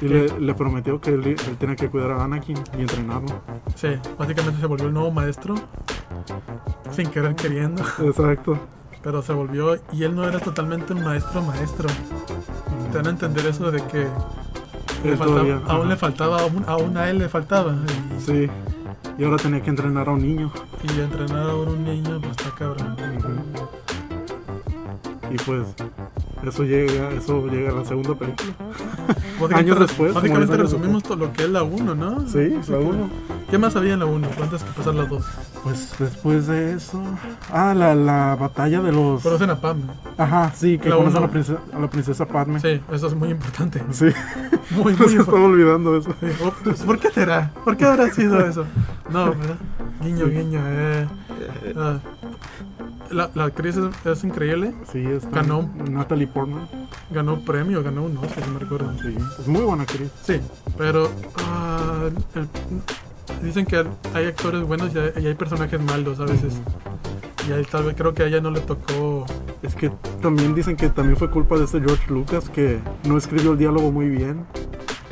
S2: Y le, le prometió que él, él tenía que cuidar a Anakin y entrenarlo.
S1: Sí, básicamente se volvió el nuevo maestro. Sin querer queriendo.
S2: Exacto.
S1: Pero se volvió. Y él no era totalmente un maestro maestro. Te van a entender eso de que le
S2: Él
S1: faltaba-
S2: todavía,
S1: aún
S2: ajá.
S1: le faltaba, aún, aún a él le faltaba.
S2: Sí. Y ahora tenía que entrenar a un niño.
S1: Y, y entrenar a un niño, pues está cabrón.
S2: Y pues eso llega, eso llega a la segunda película.
S1: Básicamente
S2: Años
S1: re-
S2: después,
S1: Básicamente
S2: como diez años
S1: resumimos todo lo que es la 1, ¿no?
S2: Sí,
S1: Así
S2: la
S1: que-
S2: 1.
S1: ¿Qué más había en la 1? Antes que pasar las 2.
S2: Pues después de eso. Ah, la, la batalla de los.
S1: Conocen a Pam.
S2: Ajá, sí, que
S1: La
S2: conoce a
S1: uno.
S2: la princesa, a la princesa Padme.
S1: Sí, eso es muy importante.
S2: Sí.
S1: Muy, muy
S2: Se
S1: importante.
S2: estaba olvidando eso.
S1: Sí, oh, pues, ¿Por qué será? ¿Por qué habrá sido eso? No, ¿verdad? Guiño, guiño, eh. Ah. La, la actriz es, es increíble.
S2: Sí, está.
S1: Ganó.
S2: Natalie Portman.
S1: Ganó premio, ganó un Oscar, no me recuerdo.
S2: Sí, es muy buena actriz.
S1: Sí, pero. ah, el- dicen que hay actores buenos y hay, y hay personajes malos a veces. Y ahí tal vez creo que a ella no le tocó.
S2: Es que también dicen que también fue culpa de este George Lucas que no escribió el diálogo muy bien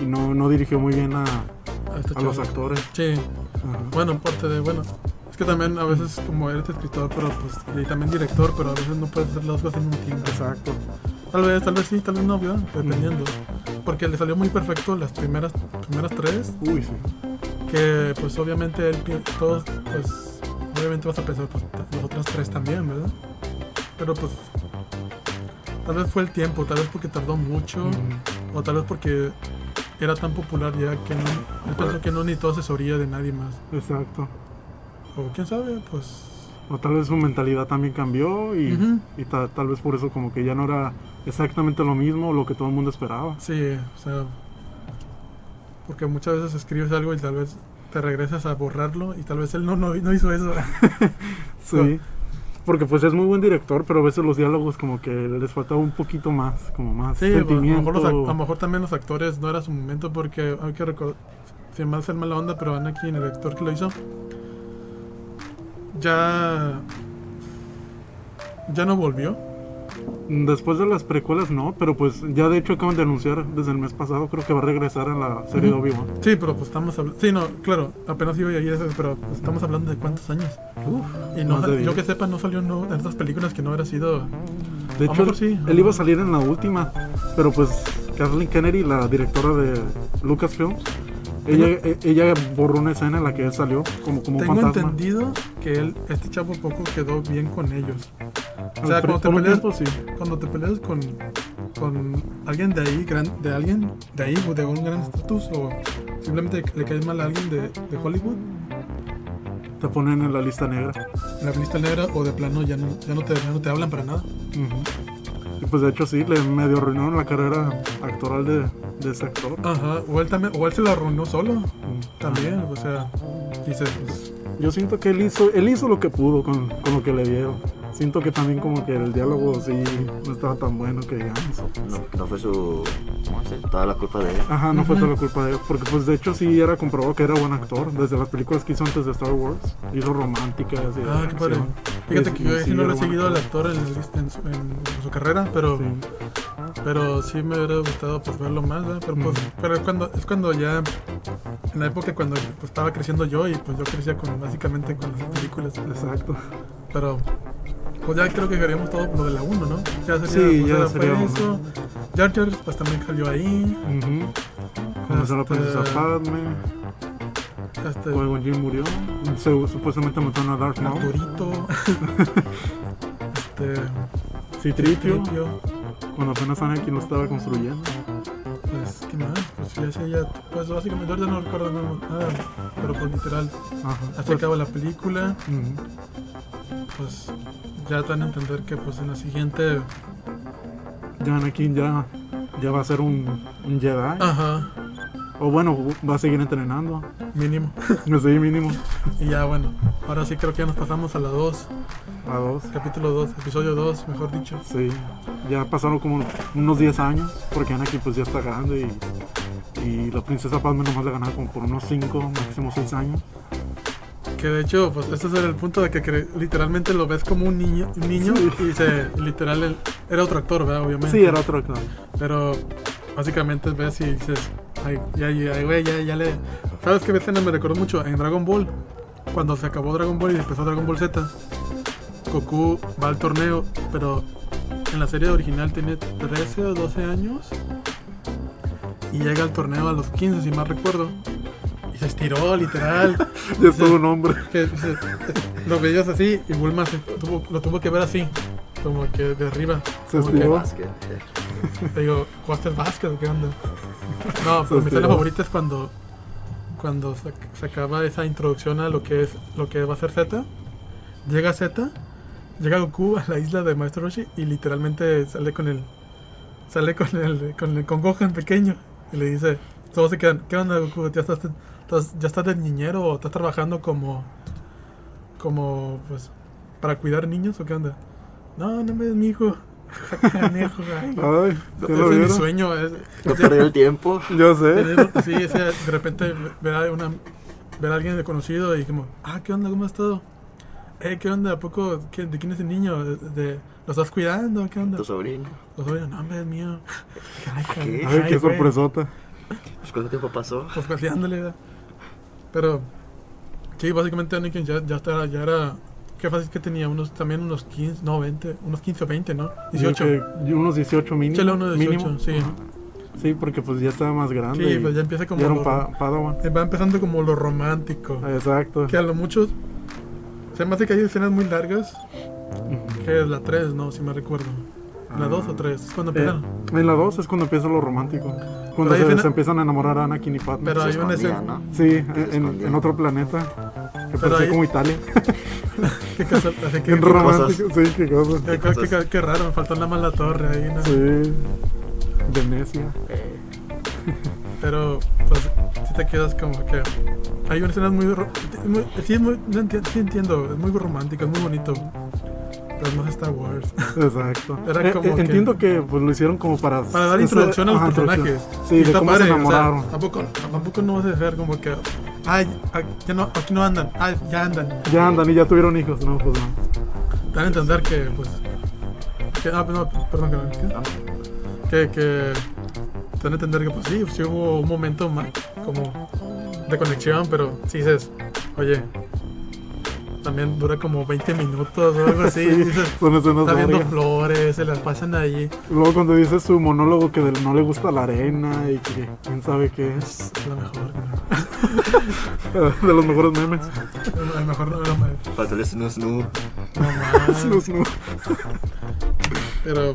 S2: y no, no dirigió muy bien a,
S1: A, este
S2: a los
S1: chavo.
S2: actores.
S1: Sí,
S2: Ajá.
S1: Bueno, parte de, bueno, es que también a veces como eres escritor, pero pues, y también director, pero a veces no puedes hacer las dos al mismo tiempo.
S2: Exacto.
S1: Tal vez, tal vez sí, tal vez no, ¿verdad? Dependiendo. Porque le salió muy perfecto las primeras, primeras tres,
S2: Uy, sí.
S1: que pues obviamente él, pi- todos, pues, obviamente vas a pensar, pues, t- las otras tres también, ¿verdad? Pero pues, tal vez fue el tiempo, tal vez porque tardó mucho,
S2: Mm.
S1: o tal vez porque era tan popular ya que no, él pensó que no necesitó asesoría de nadie más.
S2: Exacto.
S1: O quién sabe, pues...
S2: O tal vez su mentalidad también cambió y,
S1: Ujú.
S2: y ta- tal vez por eso como que ya no era exactamente lo mismo lo que todo el mundo esperaba.
S1: Sí, o sea, porque muchas veces escribes algo y tal vez te regresas a borrarlo y tal vez él no, no, no hizo eso.
S2: Sí. Porque pues es muy buen director, pero a veces los diálogos como que les faltaba un poquito más, como más
S1: Sí, pues, a lo,
S2: sentimiento.
S1: mejor los ac- a lo mejor también los actores no era su momento porque hay que recordar, sin mal ser mala onda, pero Anakin, el actor que lo hizo, ya, ya no volvió.
S2: Después de las precuelas no, pero pues ya de hecho acaban de anunciar desde el mes pasado, creo que va a regresar a la serie
S1: Ujú.
S2: de Obi-Wan.
S1: Sí, pero pues estamos hablando, sí, no, claro, apenas iba a ir eso, pero pues estamos hablando de cuántos años. Y no,
S2: más de
S1: sal- yo
S2: diez.
S1: que sepa, no salió no, en estas películas que no hubiera sido... A
S2: De
S1: lo
S2: hecho,
S1: mejor sí.
S2: él iba a salir en la última, pero pues Kathleen Kennedy, la directora de Lucasfilms, ella, e- ella borró una escena en la que él salió como, como un
S1: Tengo
S2: fantasma.
S1: entendido que él, este chavo poco quedó bien con ellos.
S2: Al
S1: O sea,
S2: pri-
S1: cuando te
S2: por un
S1: peleas, pues,
S2: tiempo, sí.
S1: cuando te peleas con, con alguien de ahí, gran- de alguien de ahí, o de un gran estatus, o simplemente le caes mal a alguien de, de Hollywood,
S2: Te ponen en la lista negra.
S1: la lista negra, o de plano ya no, ya no, te, ya no te hablan para nada.
S2: Y pues de hecho sí, le medio arruinaron la carrera actoral de, de ese actor.
S1: Ajá, o él también, o él se la arruinó solo, también, o sea, dices, pues,
S2: Yo siento que él hizo, él hizo lo que pudo con, con lo que le dieron. siento que también como que el diálogo sí no estaba tan bueno que digamos.
S3: No, no fue su. ¿Cómo se dice? Toda la culpa de él.
S2: Ajá, no fue toda la culpa de él, porque pues de hecho sí era comprobado que era buen actor, desde las películas que hizo antes de Star Wars, hizo románticas y de
S1: Ah, qué padre.
S2: acción.
S1: Fíjate
S2: Y-
S1: que
S2: y
S1: yo sí no lo
S2: era
S1: he
S2: buen
S1: seguido al
S2: actor.
S1: actor en, en su, en su carrera, pero
S2: Sí.
S1: pero sí me hubiera gustado pues verlo más, ¿verdad? Pero, pues,
S2: Ujú.
S1: pero es, cuando, es cuando ya, en la época cuando pues, estaba creciendo yo y pues yo crecía con, básicamente con las películas.
S2: Exacto.
S1: Pero pues ya creo que queríamos todo lo de la 1, ¿no? Ya sería,
S2: Sí,
S1: o
S2: ya
S1: sea,
S2: sería
S1: fue
S2: uno.
S1: eso. Jar Jar pues también salió ahí.
S2: Ujú. Comenzaron a pues,
S1: Este-
S2: pensar Padme,
S1: Este, Ah,
S2: luego Jim murió, se- supuestamente mataron a Darth Maul,
S1: Arturito. este.
S2: Citripio,
S1: Tripio.
S2: cuando apenas Anakin lo estaba construyendo.
S1: Pues, ¿qué más? Pues ya sé, ya. Pues básicamente ahorita no recuerdo nada, nada, Pero pues literal,
S2: Ajá.
S1: hasta
S2: pues-
S1: acaba la película.
S2: Ujú.
S1: Pues ya dan a entender que pues en la siguiente.
S2: Ya Anakin ya, ya va a ser un, un Jedi.
S1: Ajá.
S2: O bueno, va a seguir entrenando.
S1: Mínimo.
S2: No sé, mínimo.
S1: Y ya bueno. Ahora sí creo que ya nos pasamos a la 2.
S2: A dos.
S1: Capítulo 2. Episodio 2, mejor dicho.
S2: Sí. Ya pasaron como unos 10 años. Porque Anakin pues ya está grande. Y, y la princesa Padme nomás le ganaba como por unos 5, máximo 6 años.
S1: Que de hecho, pues este es el punto de que cre- literalmente lo ves como un niño, un niño y se literal el- era otro actor, ¿verdad? Obviamente.
S2: Sí, era otro clan.
S1: Pero básicamente ves y dices, ay, ya, ya, ay, güey, ya, ya le... ¿Sabes qué escena me recordó mucho? En Dragon Ball, cuando se acabó Dragon Ball y empezó Dragon Ball Z, Goku va al torneo, pero en la serie original tiene 13 o 12 años y llega al torneo a los 15, si mal recuerdo. Y se estiró, literal.
S2: Ya es todo un hombre.
S1: que se- lo veías así y Bulma se tuvo- lo tuvo que ver así, como que de arriba.
S2: Se
S1: como que-
S2: estiró.
S3: Más que- eh,
S1: te digo, ¿jugaste al básquet o qué onda? No, pero mi escena favorita es cuando, cuando se, se acaba esa introducción a lo que es lo que va a ser Z. Llega Z, llega Goku a la isla de Maestro Roshi y literalmente sale con el. Sale con el. con el con Gohan pequeño. Y le dice. Todos se quedan. ¿Qué onda Goku? ¿Ya estás, estás- ya estás de niñero o estás trabajando como. como pues. para cuidar niños o qué onda? No, no me des mi hijo. Canejo, ay.
S2: Ay, ya
S1: Ese
S2: lo
S1: es mi
S2: vieron.
S1: sueño. es-
S3: No perdió el tiempo.
S2: Yo sé.
S1: tener- sí, o sea, de repente ver a, una, ver a alguien desconocido y como, ah, ¿qué onda? ¿Cómo has estado? Eh, ¿qué onda? ¿A poco? qué- ¿De quién es el niño? ¿De, de- lo estás cuidando? ¿Qué onda?
S3: Tu sobrino.
S1: Los sobrinos, no, hombre, es mío. Ay,
S3: ¿Qué?
S2: Ay, qué
S1: güey.
S2: sorpresota.
S3: Pues cuánto tiempo pasó.
S1: Pues paseándole, ¿verdad? Pero, sí, básicamente Anakin ya, ya, estaba, ya era, qué fácil que tenía, unos también unos 15, no, 20, unos 15 o 20, ¿no? 18.
S2: Yo creo que Unos 18 mínimo.
S1: Échale uno de 18,
S2: mínimo.
S1: sí.
S2: Ajá. Sí, porque pues ya estaba más grande.
S1: Sí,
S2: y
S1: pues ya empieza como
S2: ya era
S1: lo-
S2: un pa- padawan.
S1: Eh, Va empezando como lo romántico.
S2: Exacto.
S1: Que a lo mucho. Se me hace que hay escenas muy largas. Que es la 3, no, si me recuerdo. La 2 o 3, es cuando
S2: Eh,
S1: empezaron.
S2: en la 2 es cuando empieza lo romántico. Cuando
S1: hay
S2: se,
S1: escena-
S2: se empiezan a enamorar a Anakin y Padme.
S1: Pero
S3: Se
S1: hay una
S3: escondía,
S1: escena.
S3: ¿no?
S2: sí, en,
S3: escondía.
S2: en otro planeta. Que parecía
S1: hay-
S2: como Italia.
S1: Qué casual. así que-
S2: Qué romántico. Sí, qué
S1: qué-
S2: cosa.
S1: qué- qué- qué- qué raro, me faltó nada más la torre ahí, ¿no?
S2: Sí. Venecia.
S1: Pero, pues, si te quedas como que. Hay una escena muy. ro- muy- sí, es muy. No enti- sí entiendo, es muy romántico, es muy bonito. Pero no es Star Wars.
S2: Exacto.
S1: Era
S2: Eh,
S1: como
S2: eh,
S1: que-
S2: Entiendo que pues, lo hicieron como para.
S1: Para dar introducción a los personajes.
S2: Sí,
S1: Y
S2: de
S1: está
S2: cómo se
S1: padre, o sea,
S2: enamoraron.
S1: tampoco, tampoco no vas a dejar como que. Ay, ah, ya no, aquí no andan. Ay, ya andan.
S2: Ya andan y ya tuvieron hijos. No, pues no.
S1: Dan a entender que, pues. que- ah, no, perdón, que no,
S3: Ah.
S1: que, que, que dan a entender que, pues sí, sí hubo un momento más como de conexión, pero sí dices, oye, también dura como 20 minutos o algo así. dices,
S2: Son escenas
S1: está viendo
S2: largas.
S1: flores, se las pasan ahí.
S2: Luego cuando dice su monólogo que del- no le gusta la arena y que quién sabe qué es.
S1: Es lo mejor. ¿no?
S2: De los mejores memes.
S1: A lo mejor no lo más.
S3: Faltó el snoo snoo.
S1: No más.
S2: Los no-
S1: Pero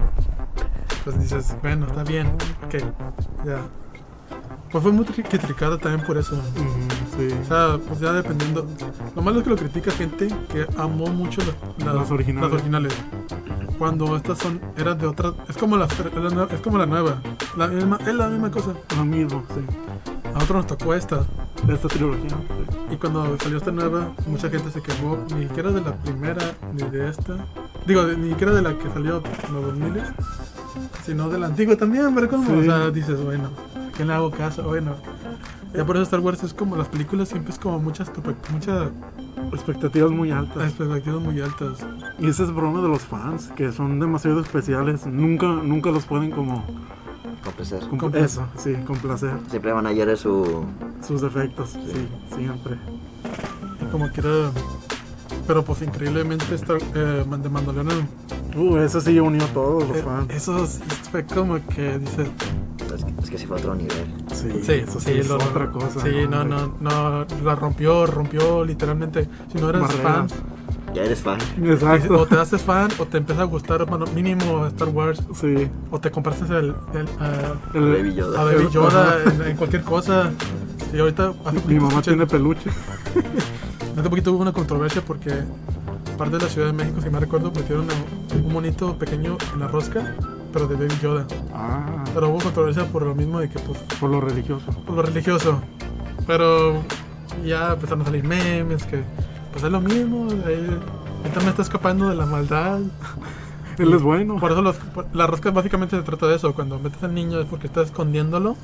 S1: pues dices, bueno, está bien, ok, ya. Pues fue muy tri- criticado también por eso.
S2: Ujú,
S1: O
S2: sí.
S1: sea, pues ya dependiendo. Lo malo es que lo critica gente que amó mucho las, las-
S2: Las originales.
S1: las originales. Cuando estas son, eran de otras. Es como las tre- la nue- es como la nueva. La misma, es la misma cosa.
S2: Lo mismo, sí.
S1: A nosotros nos tocó esta.
S2: De esta trilogía.
S1: Y cuando salió esta nueva, mucha gente se quejó, ni siquiera de la primera, ni de esta. Digo, de- ni siquiera de la que salió en los 2000, sino de la antigua también, pero como,
S2: Sí.
S1: o sea, dices, bueno, ¿a quién le hago caso? Bueno, ya por eso Star Wars es como las películas, siempre es como muchas, tupe- muchas
S2: Expectativas muy altas.
S1: expectativas muy altas.
S2: Y ese es el problema de los fans, que son demasiado especiales. Nunca, nunca los pueden como...
S3: Con placer.
S2: com-
S1: Complacer.
S2: eso, sí, complacer.
S3: pues, Siempre van a hallar su.
S2: Sus defectos, sí, siempre.
S1: Y como quiera, pero pues increíblemente Star, eh, Man- de Mandalorian,
S2: Uh, eso sí unió a todos los
S1: eh,
S2: fans.
S1: eso sí fue como que dices,
S3: Es que, es que sí fue otro nivel.
S2: Sí,
S1: Sí,
S2: eso sí,
S1: sí,
S2: es
S1: lo-
S2: otra cosa.
S1: Sí, no,
S2: Hombre.
S1: no, no, la rompió, rompió literalmente. Si no eres
S2: Barreras.
S1: fan,
S3: Ya eres fan.
S1: o
S2: Exacto.
S1: te haces fan, o te empieza a gustar, bueno, mínimo Star Wars,
S2: Sí.
S1: o te compraste el, el, ah,
S2: El-
S3: Baby Yoda.
S1: a Baby
S2: Ajá.
S1: Yoda en, en cualquier cosa. Y ahorita, hace
S2: mi
S1: poquito
S2: mamá
S1: escuché-
S2: tiene peluche.
S1: hace poquito hubo una controversia porque parte de la Ciudad de México, si me recuerdo, metieron a un monito pequeño en la rosca, pero de Baby Yoda.
S2: Ah,
S1: Pero hubo controversia por lo mismo de que, pues,
S2: por lo religioso.
S1: por Pues, lo religioso. Pero ya empezaron a salir memes que pues es lo mismo, él, él también está escapando de la maldad.
S2: Él es bueno.
S1: Por eso los- por- la rosca básicamente se trata de eso, cuando metes al niño es porque estás escondiéndolo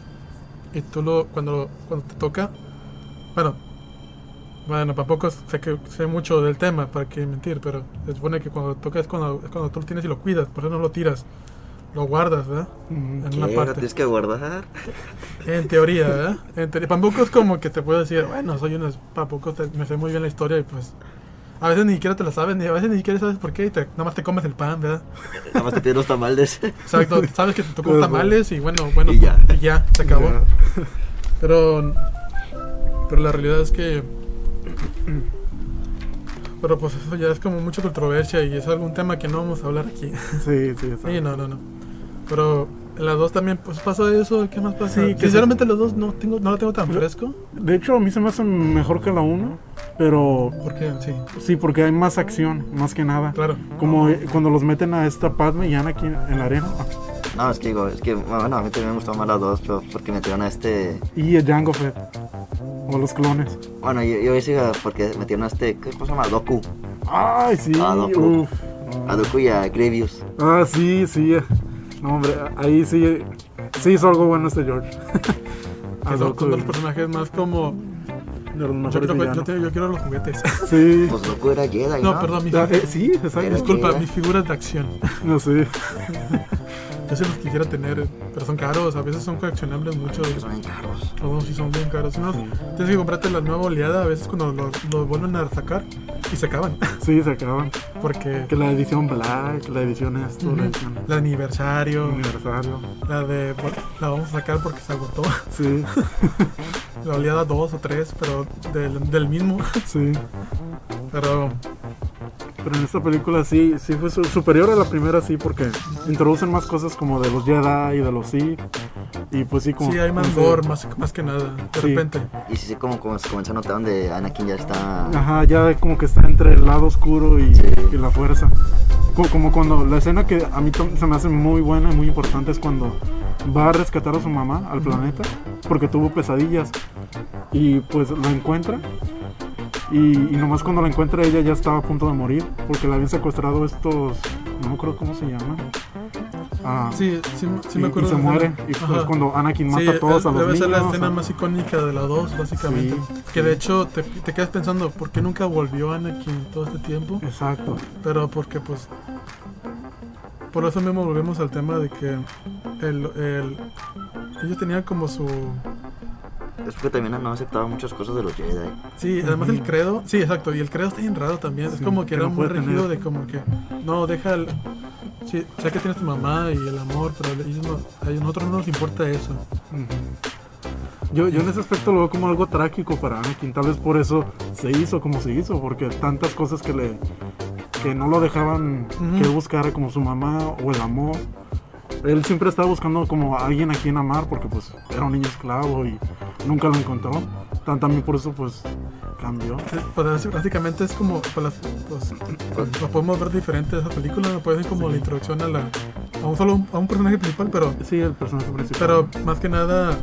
S1: y tú lo cuando cuando te toca, bueno, bueno, tampoco sé que sé mucho del tema para que mentir, pero se supone que cuando toca es cuando, es cuando tú lo tienes y lo cuidas, por eso no lo tiras, lo guardas, ¿verdad?
S2: Mm,
S1: En
S3: ¿Qué?
S1: una
S3: ¿Lo
S1: parte.
S3: tienes que guardar?
S1: En teoría, ¿verdad? En teoría. Tampoco es como que te puedo decir, bueno, soy un. Tampoco te- me sé muy bien la historia y pues. A veces ni siquiera te la sabes, ni a veces ni siquiera sabes por qué y te, nada más te comes el pan, ¿verdad?
S3: Nada más te piden los tamales.
S1: Exacto, sabes que te tocó
S2: Pues,
S1: tamales y bueno, bueno,
S3: Y ya.
S1: y ya, se acabó.
S2: ya.
S1: Pero. Pero la realidad es que. Pero pues eso ya es como mucha controversia y es algún tema que no vamos a hablar aquí.
S2: Sí, sí, exacto.
S1: Sí, no, no, no. Pero en las dos también, pues pasa eso, ¿qué más pasa?
S2: Sí, que-
S1: Sinceramente, los dos no, tengo, no lo tengo tan fresco.
S2: De hecho, a mí se me hace mejor que la 1, pero
S1: Porque sí,
S2: sí, porque hay más acción, más que nada.
S1: claro.
S2: Como eh, cuando los meten a esta Padme y Anakin en la arena.
S3: No, es que digo, es que, bueno, a mí también me gustó más las dos, pero porque metieron a este.
S2: Y a Jango Fett. O los clones.
S3: Bueno, yo, yo decía porque metieron a este, ¿qué- ¿cómo se llama? Doku.
S2: Ay, sí.
S3: Ah, no, pero-
S2: uf.
S3: A Doku y a Grievous.
S2: Ah, sí, sí. No, hombre, ahí sí. Sí hizo algo bueno este George.
S1: Que son, son
S2: Adolfo,
S1: de los personajes más como.
S2: de los
S1: Yo
S2: mejores
S1: quiero, yo,
S2: villanos.
S1: te- yo quiero los juguetes.
S2: Sí.
S3: Pues Doku era Jedi, ¿no?
S1: No, perdón, mis,
S2: Ah, eh, sí,
S3: Era
S2: exacto.
S1: disculpa,
S3: Jedi.
S1: mis figuras de acción.
S2: No sé.
S1: Yo sí los quisiera tener, pero son caros. A veces son coleccionables muchos.
S3: Que son bien caros.
S1: Algunos sí son bien caros. Unos tienes que comprarte la nueva oleada a veces cuando los, los vuelven a sacar y se acaban.
S2: Sí, se acaban.
S1: Porque
S2: Que la edición Black, la edición esto, la edición
S1: la aniversario,
S2: aniversario.
S1: la de. bueno, La vamos a sacar porque se agotó.
S2: Sí,
S1: La oleada 2 o 3, pero del, del mismo.
S2: sí.
S1: Pero.
S2: Pero en esta película sí, sí fue su- superior a la primera, sí, porque introducen más cosas como de los Jedi y de los Sith. Y pues sí, como.
S1: Sí, hay más
S2: como-
S1: gore, más, más que nada. De
S2: Sí.
S1: repente.
S3: Y sí, sí, como, como se comenzó a notar donde Anakin ya está.
S2: Ajá, ya como que está entre el lado oscuro y,
S3: Sí.
S2: y la fuerza. Co- Como cuando la escena que a mí tam- se me hace muy buena y muy importante es cuando va a rescatar a su mamá al planeta porque tuvo pesadillas y pues la encuentra y, y nomás cuando la encuentra ella ya estaba a punto de morir porque la habían secuestrado estos, no me acuerdo cómo se llaman. Ah,
S1: Sí, sí, sí
S2: y-
S1: me
S2: y
S1: acuerdo.
S2: se
S1: de esa-
S2: muere y pues
S1: Ajá.
S2: cuando Anakin mata
S1: Sí,
S2: a todos
S1: eh,
S2: a los
S1: debe
S2: niños.
S1: ser la
S2: o
S1: escena
S2: sea,
S1: más icónica de la 2, básicamente.
S2: Sí,
S1: que de hecho te, te quedas pensando, ¿por qué nunca volvió Anakin todo este tiempo?
S2: Exacto.
S1: Pero porque pues... Por eso mismo volvemos al tema de que el, el- ellos tenían como su...
S3: Es porque también no aceptaba muchas cosas de los Jedi.
S1: Sí, además el credo... Sí, exacto. Y el credo está bien raro también. es
S2: Sí,
S1: como que
S2: que
S1: era
S2: no
S1: muy
S2: puede
S1: rígido
S2: tener.
S1: de como que... No, deja el... Sí, sé que tienes tu mamá y el amor, pero ellos no- a nosotros no nos importa eso.
S2: Ujú. Yo, yo en ese aspecto lo veo como algo trágico para Anakin, tal vez por eso se hizo como se hizo, porque tantas cosas que le que no lo dejaban
S1: Ujú.
S2: que buscara como su mamá o el amor. Él siempre estaba buscando como a alguien a quien amar porque pues era un niño esclavo y nunca lo encontró. Tan también por eso pues cambió.
S1: Sí, Pues así- básicamente es como pues, las- pues, lo podemos ver diferente de esa película, me parece como la introducción a la a un solo a un personaje principal, pero
S2: Sí, el personaje principal.
S1: pero más que nada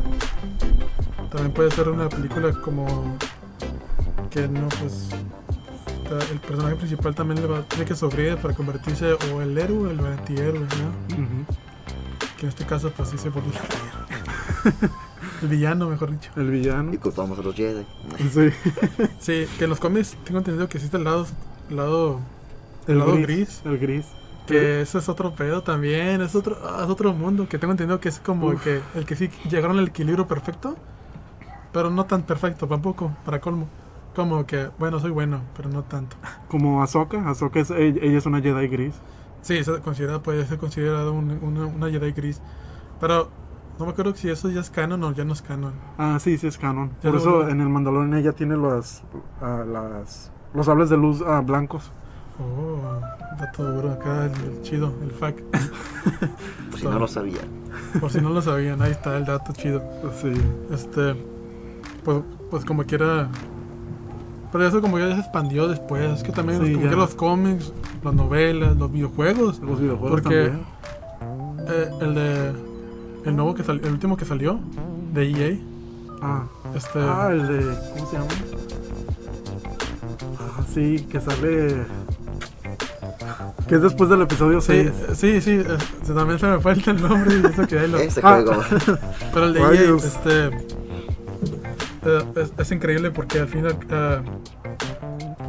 S1: también puede ser una película como que no pues ta- el personaje principal también le va, tiene que sufrir para convertirse o el héroe o el antihéroe, ¿no? Que en este caso, pues sí se volvió el antihéroe. El villano, mejor dicho.
S2: El villano.
S3: Y culpamos a los Jedi.
S2: Sí.
S1: Sí, que en los cómics tengo entendido que existe el lado, el lado, el
S2: El
S1: lado
S2: gris.
S1: gris.
S2: El gris.
S1: Que eso es otro pedo también, es otro, ah, es otro mundo, que tengo entendido que es como
S2: Uf.
S1: que el que sí llegaron al equilibrio perfecto, pero no tan perfecto tampoco, para colmo. Como que, bueno, soy bueno, pero no tanto.
S2: Como Ahsoka. Ahsoka es, ella, ella es una Jedi gris.
S1: Sí, se considera, puede ser considerado un- una, una Jedi gris. Pero no me acuerdo si eso ya es canon o ya no es canon.
S2: Ah, sí, sí es canon.
S1: Ya
S2: Por
S1: lo
S2: eso
S1: volví.
S2: en el Mandalorian ella tiene las, ah, las, los sables de luz ah, blancos.
S1: Oh, dato duro acá, el, el chido, el fact.
S3: Por si no lo sabía.
S1: Por si no lo sabían, ahí está el dato chido.
S2: Sí.
S1: Este, pues, pues como quiera. Pero eso como que ya se expandió después. Es que también
S2: Sí,
S1: como
S2: ya.
S1: que los cómics, las novelas, los videojuegos.
S2: Los videojuegos
S1: Porque-
S2: también.
S1: eh, el de. El nuevo que salió, el último que salió, de EA.
S2: Ah,
S1: Este.
S2: ah, el de... ¿Cómo se llama? Ah, sí, que sale... Que es después del episodio
S1: sí,
S2: 6.
S1: eh, sí, sí, eh, se- también se me falta el nombre y eso que ahí lo-
S3: Ese
S2: Ah.
S3: Este juego.
S1: Pero el de EA,
S2: Rayos.
S1: este. eh, es, es increíble porque al fin y al, eh,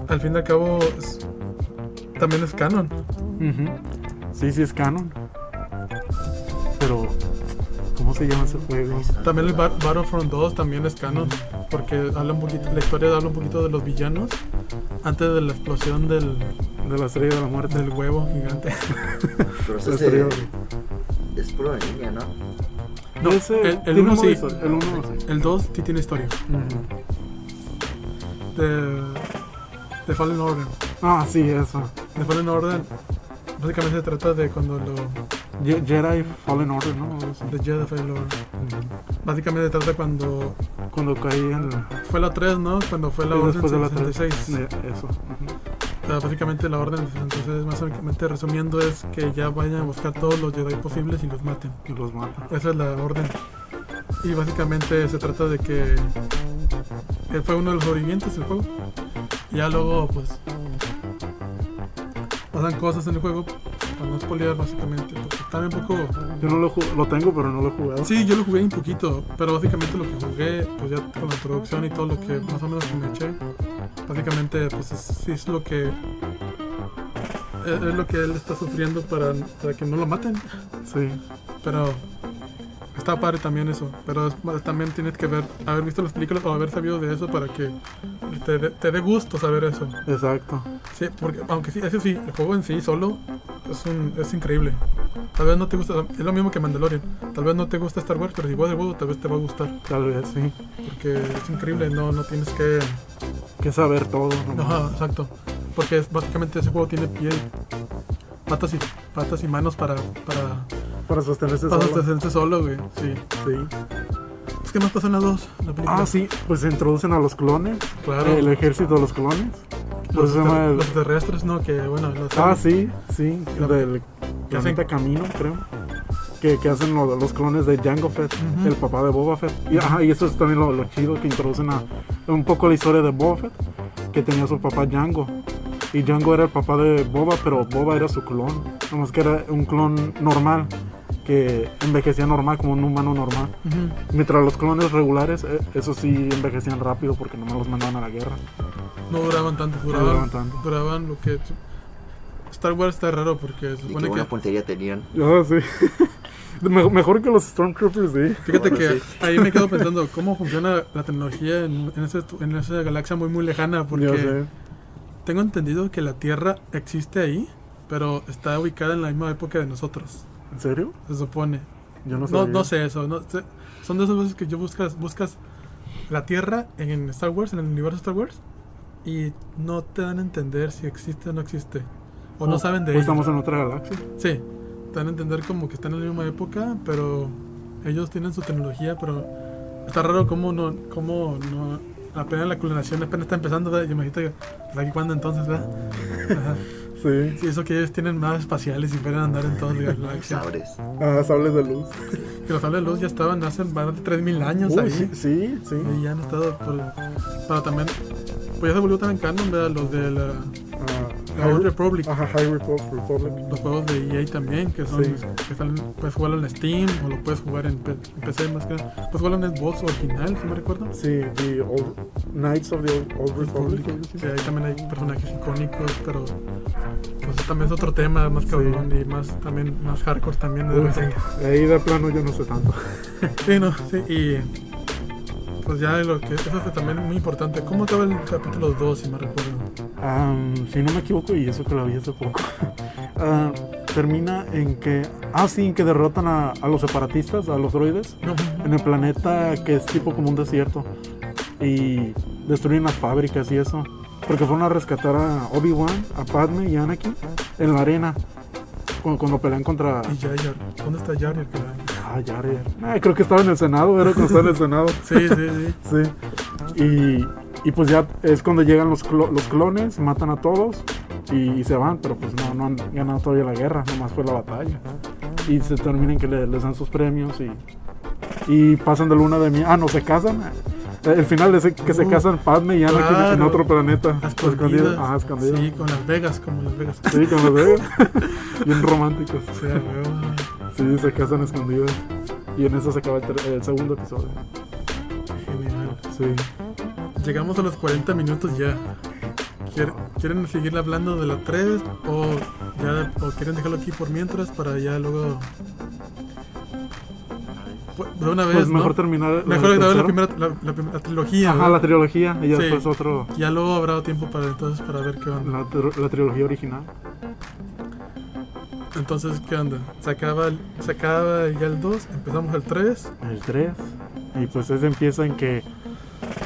S1: al fin y al cabo es- también es canon.
S2: Ujú. Sí, sí es canon. Pero... ¿Cómo se llama ese juego?
S1: También el Bar- Battlefront 2 también es canon, porque habla un poquito, la historia habla un poquito de los villanos antes de la explosión del,
S2: De la estrella de la muerte.
S1: del huevo gigante.
S3: Pero
S2: La
S3: ese es,
S2: estrella.
S3: es puro de niña, ¿no?
S1: No,
S2: Ese
S1: el- el
S2: tiene
S1: uno
S2: modo
S1: sí.
S2: historia, El 1 sí.
S1: El 2 sí tiene historia
S2: Ujú.
S1: de, de Fallen Order.
S2: Ah, sí, eso.
S1: De Fallen Order básicamente se trata de cuando lo,
S2: Je- Jedi Fallen Order, ¿no? Algo así.
S1: de Jedi Fallen Order. Básicamente se trata cuando
S2: Cuando caí en la...
S1: fue la 3, ¿no? Cuando fue la
S2: y
S1: Orden
S2: después de la
S1: 66.
S2: tres- de- Eso. ujú.
S1: O sea, básicamente la orden, entonces más básicamente resumiendo es que ya vayan a buscar todos los Jedi posibles y los maten.
S2: Y los mata.
S1: Esa es la orden. Y básicamente se trata de que él fue uno de los sobrevivientes del juego. Ya luego, pues, pasan cosas en el juego. Para no spoilear, básicamente. Porque también un poco.
S2: Yo no lo, ju- lo tengo, pero no lo he jugado.
S1: Sí, yo lo jugué un poquito. Pero básicamente lo que jugué, pues ya con la introducción y todo lo que más o menos que me eché. Básicamente, pues, es, sí es lo que. Es, es lo que él está sufriendo para, para que no lo maten.
S2: Sí.
S1: Pero está padre también eso. Pero es- también tienes que ver, haber visto las películas o haber sabido de eso para que te, dé- te dé gusto saber eso.
S2: Exacto.
S1: Sí, porque aunque sí, eso sí, el juego en sí solo es, un, es increíble. Tal vez no te gusta, es lo mismo que Mandalorian. Tal vez no te gusta Star Wars, pero si juegas el juego tal vez te va a gustar.
S2: Tal vez, sí.
S1: Porque es increíble, no, no tienes que...
S2: Que saber todo. ¿no?
S1: Ajá, exacto. Porque es- básicamente ese juego tiene piel, patas y, patas y manos para... para
S2: Para sostenerse
S1: para
S2: solo.
S1: sostenerse solo, güey. Sí.
S2: Sí.
S1: Es que no estás en la 2, la película.
S2: Ah, sí. Pues se introducen a los clones.
S1: Claro.
S2: El ejército de los clones. Por
S1: los,
S2: eso se llama
S1: ter-
S2: el-
S1: los terrestres, ¿no? Que bueno, los
S2: Ah, sí. Sí.
S1: La-
S2: Del
S1: que hacen-
S2: planeta Camino, creo. Que, que hacen lo- los clones de Jango Fett,
S1: Ujú.
S2: el papá de Boba Fett. Y, ajá, y eso es también lo, lo chido que introducen a un poco la historia de Boba Fett, que tenía su papá Jango. Y Jango era el papá de Boba, pero Boba era su clon. Nomás que era un clon normal, que envejecía normal, como un humano normal.
S1: Ujú.
S2: Mientras los clones regulares, eh, eso sí envejecían rápido porque no los mandaban a la guerra.
S1: No duraban tanto,
S2: No duraban
S1: duraban,
S2: tanto.
S1: duraban lo que. Star Wars está raro porque se
S3: Y qué
S1: supone
S3: buena
S1: que.
S3: puntería tenían.
S2: Ah, sí. Me- mejor que los Stormtroopers, sí.
S1: Fíjate
S3: Bueno,
S1: que
S3: sí.
S1: ahí me quedo pensando cómo funciona la tecnología en, en, ese- en esa galaxia muy, muy lejana.
S2: Yo
S1: Porque
S2: sé.
S1: tengo entendido que la Tierra existe ahí, pero está ubicada en la misma época de nosotros.
S2: ¿En serio?
S1: Se supone.
S2: Yo no sé.
S1: No, no sé eso. No, sé- son de esas veces que yo buscas, buscas la Tierra en Star Wars, en el universo Star Wars, y no te dan a entender si existe o no existe. O no saben de
S2: ellos.
S1: ello.
S2: Oh, pues Estamos en otra galaxia.
S1: Sí, te dan a entender como que están en la misma época, pero ellos tienen su tecnología, pero está raro cómo no... Cómo no apenas la clonación apenas está empezando, ¿verdad? Y imagínate, pues aquí cuando entonces,
S2: Ah,
S1: ¿verdad? Ajá.
S2: Sí.
S1: Sí, eso que ellos tienen naves espaciales y pueden andar en toda la galaxia.
S3: Sabres.
S2: Ah, sables de luz.
S1: Que los sables de luz ya estaban hace más de 3.000 años
S2: Uy,
S1: ahí.
S2: sí, sí, sí.
S1: Y ya han estado por... Pero también Pues ya se volvió tan canon, ¿verdad? Los de la,
S2: Ah,
S1: la Old Republic.
S2: Ajá, High Repo- Republic.
S1: Los juegos de EA también, que son
S2: Sí.
S1: que están, puedes jugarlo en Steam o lo puedes jugar en, P- en PC más que nada. Puedes jugarlo en Xbox original, si me recuerdo.
S2: Sí, The Old, Knights of the Old, Old Republic. algo así.
S1: Que ahí también hay personajes icónicos, pero pues también es otro tema más cabrón y más también más hardcore también de
S2: Uy,
S1: vez en-
S2: Ahí de plano yo no sé tanto.
S1: Sí, no, sí, y pues ya lo que eso es también muy importante. ¿Cómo acaba el capítulo 2 si me recuerdo?
S2: Am, si no me equivoco, y eso que lo vi hace poco, ah, termina en que, ah, sí, en que derrotan a, a los separatistas, a los droides,
S1: No,
S2: en el planeta que es tipo como un desierto, y destruyen las fábricas y eso, porque fueron a rescatar a Obi-Wan, a Padme y a Anakin en la arena, cu- cuando, pelean contra
S1: y Jar Jar, ¿dónde está Jar Jar? cabrón?
S2: ah, Jar Jar. Ah, creo que estaba en el Senado, era cuando estaba en el Senado.
S1: Sí, sí, sí.
S2: Sí. Y, y pues ya es cuando llegan los, clo- los clones, matan a todos y, se van, pero pues no, no han ganado todavía la guerra, nomás fue la batalla. Y se terminan que le- les dan sus premios y, y pasan de luna de miel. Ah, no, se casan. Eh, El final es que se
S1: Uh,
S2: casan Padme y Anakin en
S1: claro.
S2: otro planeta.
S1: A
S2: Escondido.
S1: Escondidas.
S2: Ajá, escondido.
S1: Sí,
S2: Sí,
S1: con Las Vegas, como Las Vegas.
S2: con los dedos. Bien románticos.
S1: O sea, weón.
S2: Sí, se casan escondidos. Y en eso se acaba el, ter- el segundo episodio.
S1: Genial.
S2: Sí.
S1: Llegamos a los 40 minutos ya. ¿Quier- ¿Quieren seguir hablando de la 3 o ya o quieren dejarlo aquí por mientras para ya luego Pues, de una vez
S2: Pues mejor
S1: ¿no?
S2: terminar. la
S1: Mejor grabar la
S2: tercera.
S1: primera la, la prim- la trilogía.
S2: Ajá,
S1: ¿no?
S2: la trilogía y ya
S1: Sí.
S2: después otro,
S1: Ya luego habrá tiempo para entonces para ver qué onda.
S2: la, tr- la trilogía original.
S1: Entonces, ¿qué onda? Se acaba, el- se acaba ya el 2, empezamos el 3.
S2: El 3. Y pues ese empieza en que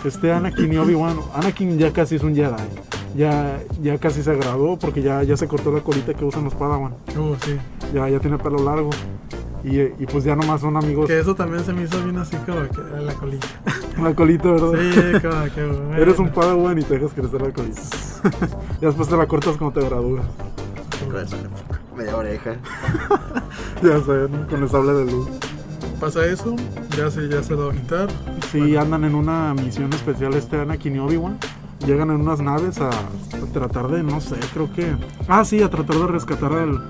S2: este Anakin y Obi-Wan, Anakin ya casi es un Jedi. Ya, ya casi se graduó porque ya, ya se cortó la colita que usan los Padawan.
S1: Uh, sí.
S2: Ya, ya tiene pelo largo. Y, eh, y pues ya nomás son amigos.
S1: Que eso también se me hizo bien así como que era la colilla.
S2: La colita, ¿verdad?
S1: Sí, como que bueno.
S2: Eres un Padawan y te dejas crecer la colita. ya después te la cortas cuando te gradúas.
S3: Con esa media oreja.
S2: Ya sé, ¿no? con el sable de luz.
S1: Pasa eso, ya se, ya se lo va a quitar.
S2: Sí, andan en una misión especial este Anakin y Obi-Wan. Llegan en unas naves a, a tratar de, no sé, creo que... Ah, sí, a tratar de rescatar al,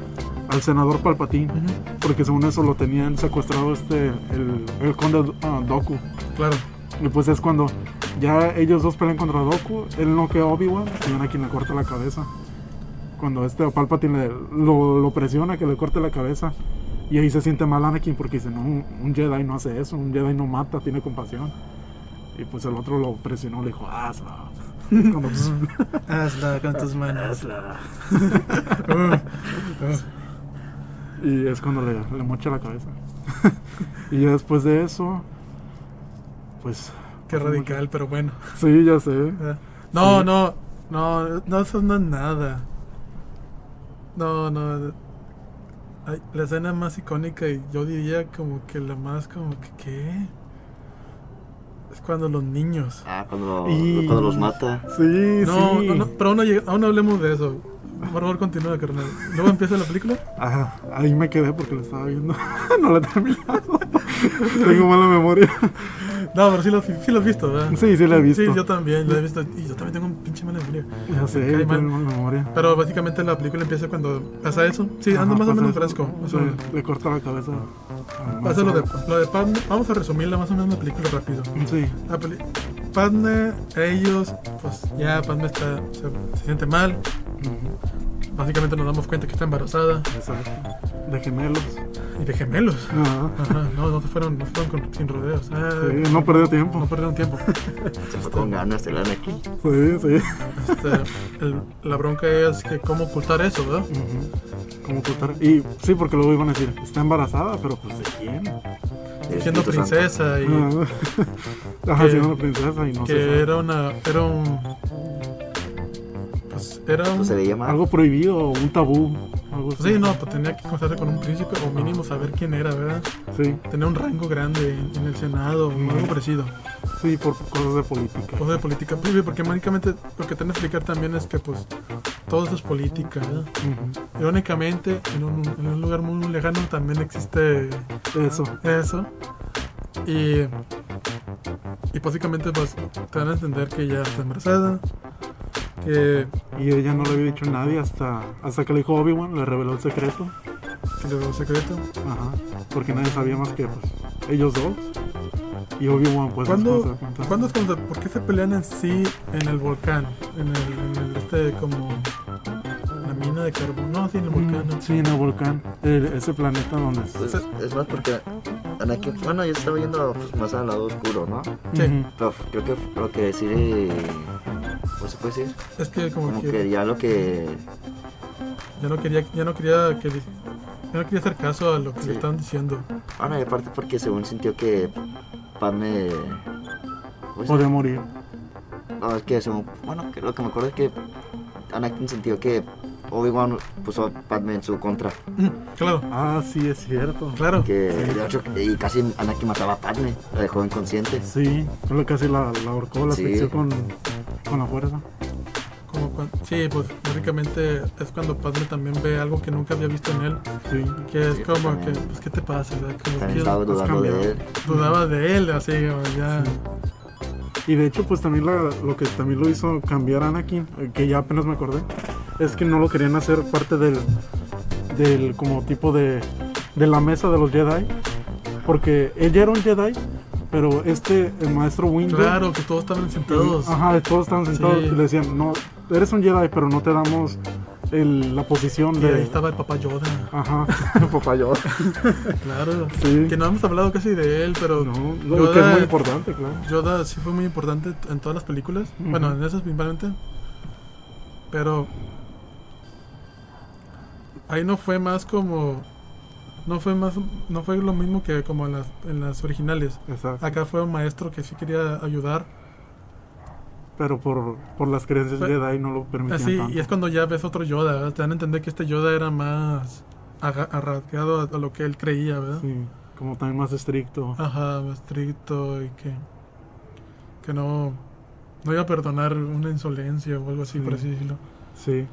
S2: al senador Palpatine. Porque según eso lo tenían secuestrado este, el, el conde ah, Doku.
S1: Claro.
S2: Y pues es cuando ya ellos dos pelean contra Doku. Él no a Obi-Wan y Anakin le corta la cabeza. Cuando este Palpatine le- lo, lo presiona que le corte la cabeza. Y ahí se siente mal Anakin porque dice, no, un un Jedi no hace eso, un Jedi no mata, tiene compasión. Y pues el otro lo presionó, le dijo, hazlo. Cuando, pues,
S1: Hazla con tus manos. Uh,
S2: y es cuando le, le mocha la cabeza. y ya después de eso, pues...
S1: Qué radical, Eh, pero bueno.
S2: Sí, ya sé.
S1: No, no,
S2: Sí.
S1: no, no, eso no es nada. No, no. Ay, la escena más icónica y yo diría como que la más como que ¿qué? Es cuando los niños.
S3: Ah, cuando,
S2: Y-
S3: cuando los mata.
S2: Sí,
S1: No,
S2: sí.
S1: no, no, pero aún no, llega- aún no hablemos de eso. Por favor, continúa, carnal. Luego empieza la película.
S2: Ajá, ahí me quedé porque lo estaba viendo. no lo he terminado. Tengo mala memoria.
S1: No, pero sí lo, sí lo has visto, ¿verdad?
S2: Sí, sí la he visto.
S1: Sí, yo también, lo he visto. Y yo también tengo un pinche mala memoria.
S2: Ya sé,
S1: Me cae
S2: yo
S1: mal.
S2: tengo mala memoria.
S1: Pero básicamente la película empieza cuando pasa eso. Sí, ando
S2: Ajá,
S1: más o
S2: pasa
S1: menos
S2: eso.
S1: fresco. más o menos.
S2: Le, le corta la cabeza. Ah,
S1: Pasa lo de, lo de Padme. Vamos a resumirla más o menos la película rápido.
S2: Sí,
S1: La peli- Padme, ellos, pues ya Padme está, se, se siente mal.
S2: ujú,
S1: Básicamente nos damos cuenta que está embarazada
S2: exacto. De gemelos.
S1: y de gemelos.
S2: Ajá.
S1: Ajá, no, no se fueron, no se fueron con- sin rodeos. Ah,
S2: Sí, no perdió
S1: No
S2: tiempo.
S1: perdieron tiempo.
S3: Se fue con ganas el Anakin.
S2: Sí, sí.
S1: Este, el- la bronca es que cómo ocultar eso, ¿verdad?
S2: Ujú. Como cortar. Y sí, porque luego iban a decir, está embarazada, pero pues de quién.
S3: El
S1: Siendo
S3: Espíritu Santo. Mm,
S1: princesa y
S2: Ah, Ajá,
S1: Que-
S2: siendo una princesa y no
S1: que
S2: sé.
S1: era una, era un, pues era un,
S3: Pues se veía mal.
S2: Algo prohibido, o un tabú. Algo así.
S1: sí, no, pues tenía que casarse con un príncipe o mínimo saber quién era, ¿verdad?
S2: Sí.
S1: Tener un rango grande en, en el Senado o
S3: Mm.
S1: algo parecido.
S2: Sí, por cosas de política.
S1: cosas de política pues, sí, porque básicamente lo que tienen que explicar también es que pues todo eso es política ¿verdad?
S2: Ujú.
S1: irónicamente en un, en un lugar muy lejano también existe
S2: Eso.
S1: eso y y básicamente pues te van a entender que ya está embarazada que,
S2: Y ella no le había dicho a nadie hasta, hasta que le dijo Obi-Wan, le reveló el secreto.
S1: que le dio un secreto.
S2: Ajá. Porque nadie sabía más que pues, ellos dos. Y Obi-Wan, pues. después
S1: ¿Cuándo,
S2: se da cuenta.
S1: ¿cuándo es cuando, ¿Por qué se pelean en sí en el volcán? En el, en el este como la mina de carbono. No, sí, en el volcán.
S2: Mm,
S1: ¿no?
S2: Sí, en el volcán. El- ese planeta donde.
S3: Pues, es más porque Anakin, bueno, yo estaba yendo pues, más al lado oscuro, ¿no?
S1: Sí.
S2: Ujú.
S3: Pero creo que lo que decir, eh, ¿cómo se puede decir?
S1: Es que como
S3: Como
S1: que
S3: que ya lo que,
S1: ya no quería, ya no quería que di- ya no quería hacer caso a lo que
S3: Sí.
S1: le estaban diciendo.
S3: bueno, y aparte porque según sintió que Pan me... pues,
S2: Podía morir.
S3: no, es que según, bueno, que lo que me acuerdo es que Anakin sintió que Obi-Wan puso a Padme en su contra,
S1: Mm, Claro,
S2: Ah, sí, es cierto.
S1: claro.
S3: que de hecho, y casi Anakin mataba a Padme, la dejó inconsciente.
S2: Sí, solo casi la, la ahorcó, la
S3: Sí.
S2: asfixió con, con la fuerza.
S1: Como cuan- sí, pues básicamente es cuando Padme también ve algo que nunca había visto en él,
S2: Sí.
S1: que es
S3: Sí,
S1: como que,
S3: también.
S1: pues, ¿qué te pasa? O sea, como
S3: También
S1: que
S3: estaba
S1: has
S3: dudando
S1: cambiado.
S3: de él.
S1: Dudaba de él, así, ya.
S2: Y de hecho, pues también la- lo que también lo hizo cambiar a Anakin, eh, que ya apenas me acordé, es que no lo querían hacer parte del, del como tipo de, de la mesa de los Jedi, porque él ya era un Jedi, pero este, el maestro Windu,
S1: Claro, que todos estaban sentados.
S2: ajá, todos estaban sentados
S1: Sí.
S2: y le decían, no, eres un Jedi, pero no te damos el- la posición
S1: Y
S2: de...
S1: ahí estaba el papá Yoda.
S2: Ajá, papá yo.
S1: Claro.
S2: Sí.
S1: Que no hemos hablado casi de él, pero
S2: No, lo que es
S1: Yoda,
S2: muy importante, claro.
S1: Yoda sí fue muy importante en todas las películas.
S2: Ujú.
S1: Bueno, en esas principalmente. Pero ahí no fue más como no fue más no fue lo mismo que como en las en las originales.
S2: Exacto.
S1: Acá fue un maestro que sí quería ayudar.
S2: Pero por, por las creencias
S1: Fue-
S2: Jedi no lo permitían
S1: Pues, Así,
S2: tanto.
S1: y es cuando ya ves otro Yoda, ¿verdad? Te dan a entender que este Yoda era más aga- arraigado a, a lo que él creía, ¿verdad?
S2: Sí, como también más estricto.
S1: Ajá, estricto y que, que no, no iba a perdonar una insolencia o algo así, por
S2: Sí.
S1: así decirlo.
S2: Sí.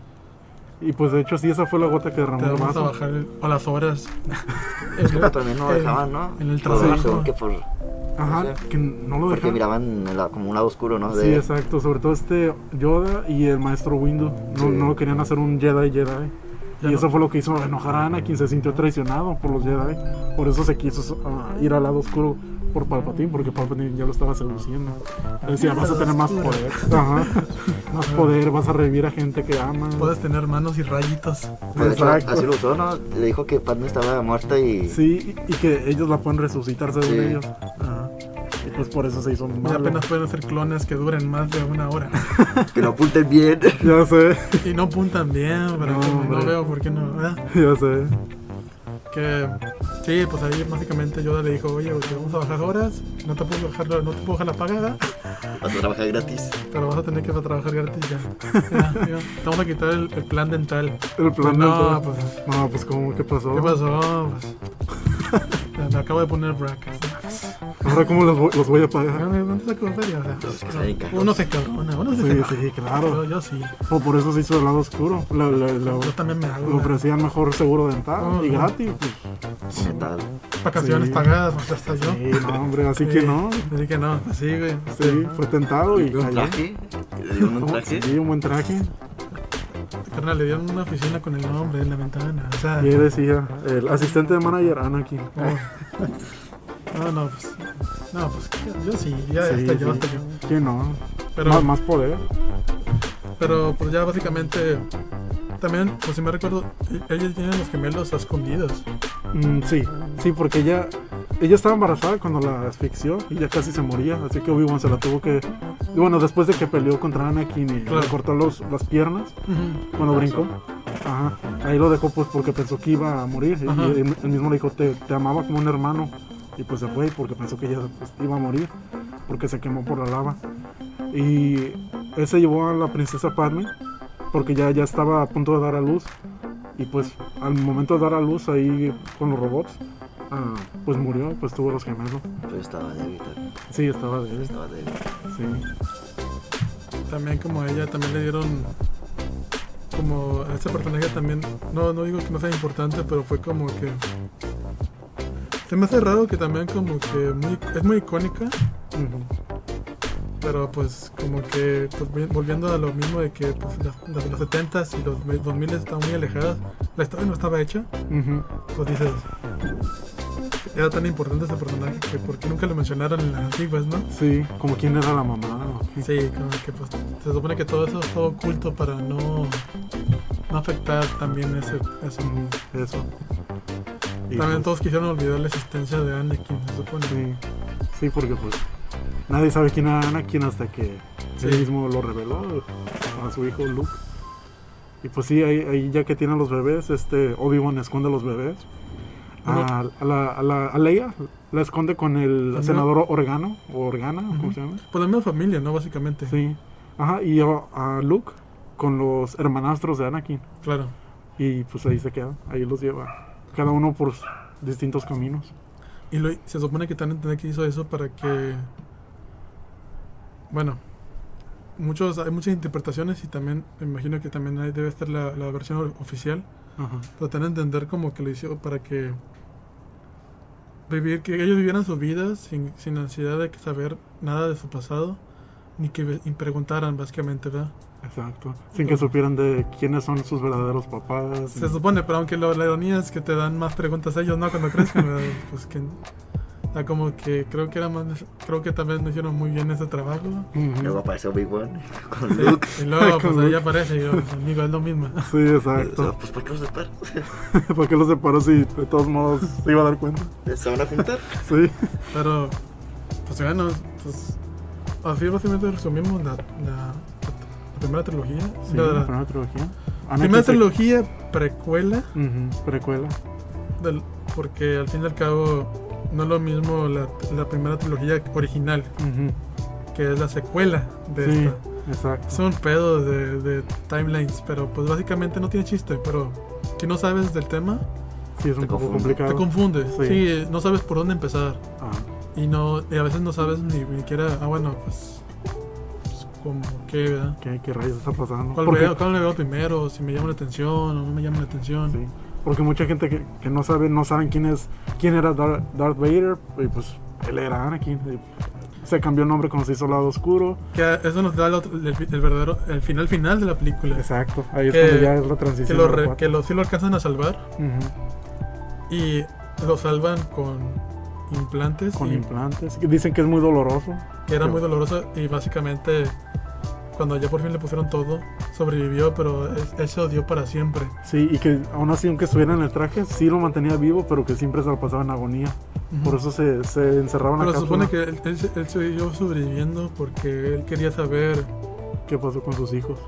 S2: Y pues de hecho sí, esa fue la gota que derramó
S1: Te
S2: el
S1: vamos a
S2: vaso.
S1: bajar el- o las horas.
S3: Es que pero también no lo dejaban, ¿no?
S1: en el
S3: Por-
S1: trabajo.
S3: según que por-
S2: Ajá,
S3: no sé.
S2: que no lo
S3: porque
S2: dejaron.
S3: miraban el la- como un lado oscuro, ¿no?
S2: Sí,
S3: De,
S2: exacto. Sobre todo este Yoda y el maestro Windu. No,
S3: Sí.
S2: no lo querían hacer un Jedi Jedi.
S1: Ya
S2: y
S1: no.
S2: eso fue lo que hizo enojar a Anakin. Se sintió traicionado por los Jedi. Por eso se quiso ah, ir al lado oscuro por Palpatine, porque Palpatine ya lo estaba seduciendo. Le decía, vas a tener más
S1: Oscuro.
S2: poder. Ajá. Más poder, vas a revivir a gente que amas.
S1: Puedes tener manos y rayitos.
S3: pues, de hecho,
S2: Exacto.
S3: así lo usó, ¿no? Le dijo que Padme estaba muerta y...
S2: Sí, y y que ellos la pueden resucitar según
S3: Sí.
S2: ellos. Ajá. Y pues por eso se hizo
S1: Y
S2: malo.
S1: apenas pueden hacer clones que duren más de una hora.
S3: Que lo apunten bien.
S2: Ya sé,
S1: y no puntan bien, pero
S2: No,
S1: que no,
S2: hombre.
S1: veo por qué no. ¿verdad?
S2: ya sé.
S1: Que sí, pues ahí básicamente Yoda le dijo, oye, te vamos a bajar horas, no te puedo bajar, la- no te puedo bajar la pagada.
S3: Vas a trabajar gratis.
S1: Pero vas a tener que trabajar gratis ya. Ya, ya. Te vamos a quitar el, el plan dental.
S2: El plan
S1: no,
S2: dental.
S1: pues, ¿qué
S2: No, pues ¿cómo? ¿Qué pasó?
S1: pasó? Pues, me acabo de poner brackets. Ah,
S2: Ahora cómo los voy, los voy a pagar.
S1: ¿Dónde está comedia? O sea, pues,
S3: Los que salen caros.
S1: uno se cabrona, uno se
S2: Sí,
S1: cabrona.
S2: sí,
S1: Yo,
S2: claro.
S1: yo sí,
S2: O por eso se hizo el lado oscuro. Le, le- le-
S1: yo también me hago.
S2: le
S1: ¿verdad?
S2: ofrecían mejor seguro dental
S1: No,
S2: y
S1: Ah, no.
S2: gratis. pues.
S3: ¿Qué tal?
S1: Vacaciones
S2: Sí.
S1: pagadas, o sea, hasta yo.
S2: Sí, no, hombre, así que
S1: Sí,
S2: no.
S1: Así que no, pues sí, güey.
S2: Sí, fue tentado y
S3: ¿Un
S2: cayó.
S3: traje? ¿Le dieron un traje?
S2: Sí, un buen traje.
S1: Carnal, le dieron una oficina con el nombre en la ventana. O sea,
S2: Y él decía, el asistente de manager, Anakin.
S1: como- no, no, pues. No, pues yo sí, ya
S2: Sí,
S1: hasta yo,
S2: sí.
S1: hasta yo.
S2: Que no.
S1: Pero
S2: Más- más poder.
S1: Pero pues ya básicamente también, pues si me recuerdo, e- ellos tienen los gemelos a escondidas.
S2: Mm, sí, sí, porque ella, ella estaba embarazada cuando la asfixió y ya casi se moría, así que Obi-Wan se la tuvo que... y Bueno, después de que peleó contra Anakin y
S1: Claro.
S2: le cortó los, las piernas cuando brincó, ajá, ahí lo dejó pues porque pensó que iba a morir y-
S1: Ajá.
S2: y él, él mismo le dijo, te, te amaba como un hermano y pues se fue porque pensó que ella pues, iba a morir porque se quemó por la lava. Y él se llevó a la princesa Padme porque ya, ya estaba a punto de dar a luz. Y pues al momento de dar a luz ahí con los robots, ah, pues murió, pues tuvo los gemelos.
S3: Pero Pues estaba débil también.
S2: Sí, estaba de
S3: Estaba débil.
S2: sí.
S1: También como a ella también le dieron como a este personaje también, no, no digo que no sea importante, pero fue como que... Se me hace raro que también como que muy, es muy icónica,
S2: Ujú.
S1: Pero pues como que pues, vi- volviendo a lo mismo de que pues, las, las, los 70s y los me- 2000 están muy alejadas, la historia no estaba hecha,
S2: Ujú.
S1: pues dices, era tan importante ese personaje que por qué nunca lo mencionaron en las antiguas, ¿no?
S2: Sí, como quién era la mamá. o qué.
S1: Sí, como que pues se supone que todo eso es todo oculto para no, no afectar también ese, ese mundo.
S2: Eso. Y
S1: También
S2: pues,
S1: todos quisieron olvidar la existencia de Anakin, se supone.
S2: Sí. Sí, porque pues nadie sabe quién era Anakin hasta que
S1: Sí.
S2: él mismo lo reveló a su hijo Luke. Y pues sí, ahí, ahí ya que tienen los bebés, este Obi-Wan esconde los bebés. A, a la, a la- a Leia la esconde con el
S1: Ujú.
S2: senador Organo, o Organa, ¿cómo
S1: Ujú.
S2: se llama?
S1: Pues la misma familia, ¿no? Básicamente.
S2: Sí. Ajá, y a, a Luke con los hermanastros de Anakin.
S1: Claro.
S2: Y pues ahí se quedan, ahí los lleva. Cada uno por s- distintos caminos.
S1: Y lo- se supone que también entender que hizo eso para que. Bueno, muchos, hay muchas interpretaciones y también me imagino que también ahí debe estar la, la versión o- oficial.
S2: Ajá.
S1: Tratar de entender como que lo hizo para que. Vivir, que ellos vivieran sus vidas sin, sin ansiedad de que saber nada de su pasado, ni que ve- y preguntaran básicamente, ¿verdad?
S2: Exacto. Sin que supieran de quiénes son sus verdaderos papás.
S1: Se supone, pero aunque lo- la ironía es que te dan más preguntas a ellos, ¿no? Cuando crezcan, ¿verdad? pues que... o sea, como que creo que era más... Creo que también no hicieron muy bien ese trabajo.
S3: Luego
S2: Ujú.
S3: aparece Obi-Wan con
S1: Sí,
S3: Luke.
S1: Y luego, pues
S2: Con
S1: ahí
S2: Luke.
S1: aparece y yo, pues, amigo, es lo mismo.
S2: Sí,
S3: O sea,
S2: exacto.
S3: pues ¿para qué los separas?
S2: ¿Por qué los separó si de todos modos se iba a dar cuenta?
S3: ¿Se van a juntar?
S2: Sí.
S1: Pero, pues bueno, pues... Así básicamente resumimos la, la- la primera trilogía.
S2: Sí,
S1: la,
S2: la primera trilogía. Ah,
S1: primera
S2: Anakin se-
S1: trilogía precuela,
S2: Ujú, Precuela.
S1: del- porque al fin y al cabo no es lo mismo la, la primera trilogía original,
S2: Ujú.
S1: que es la secuela de
S2: Sí,
S1: esta. Es
S2: exacto.
S1: un pedo de, de timelines, pero pues básicamente no tiene chiste, pero si no sabes del tema,
S2: Sí, es un
S3: Te
S2: poco
S3: confunde.
S1: te
S2: complicado.
S1: confundes.
S2: Sí.
S1: Sí. no sabes por dónde empezar.
S2: Ah,
S1: Y no y a veces no sabes ni ni siquiera, ah bueno, pues, pues, como qué, ¿verdad?
S2: ¿qué, qué rayos está pasando?
S1: ¿Cuál
S2: Porque-
S1: veo, cuál le veo primero? Si me llama la atención o no me llama la atención.
S2: Sí, porque mucha gente que, que no sabe, no saben quién es, quién era Dar- Darth Vader, y pues él era Anakin. y se cambió el nombre cuando se hizo Lado Oscuro.
S1: Que a- eso nos da el, otro- el- el verdadero, el final final de la película.
S2: Exacto, ahí es
S1: Que-
S2: cuando ya es la
S1: Que,
S2: transición.
S1: lo
S2: a la
S1: re-
S2: cuatro.
S1: que lo, sí lo alcanzan a salvar
S2: Ujú,
S1: y lo salvan con implantes
S2: Con
S1: y
S2: implantes. que Dicen que es muy doloroso.
S1: que era
S2: Pero-
S1: muy doloroso y básicamente cuando ya por fin le pusieron todo, sobrevivió, pero es- eso dio para siempre.
S2: Sí, y que aún así, aunque estuviera en el traje, sí lo mantenía vivo, pero que siempre se lo pasaba en agonía. Por eso se, se encerraban
S1: Pero
S2: la
S1: se
S2: cápsula.
S1: supone que él, él se- él siguió sobreviviendo porque él quería saber,
S2: ¿Qué pasó con sus hijos?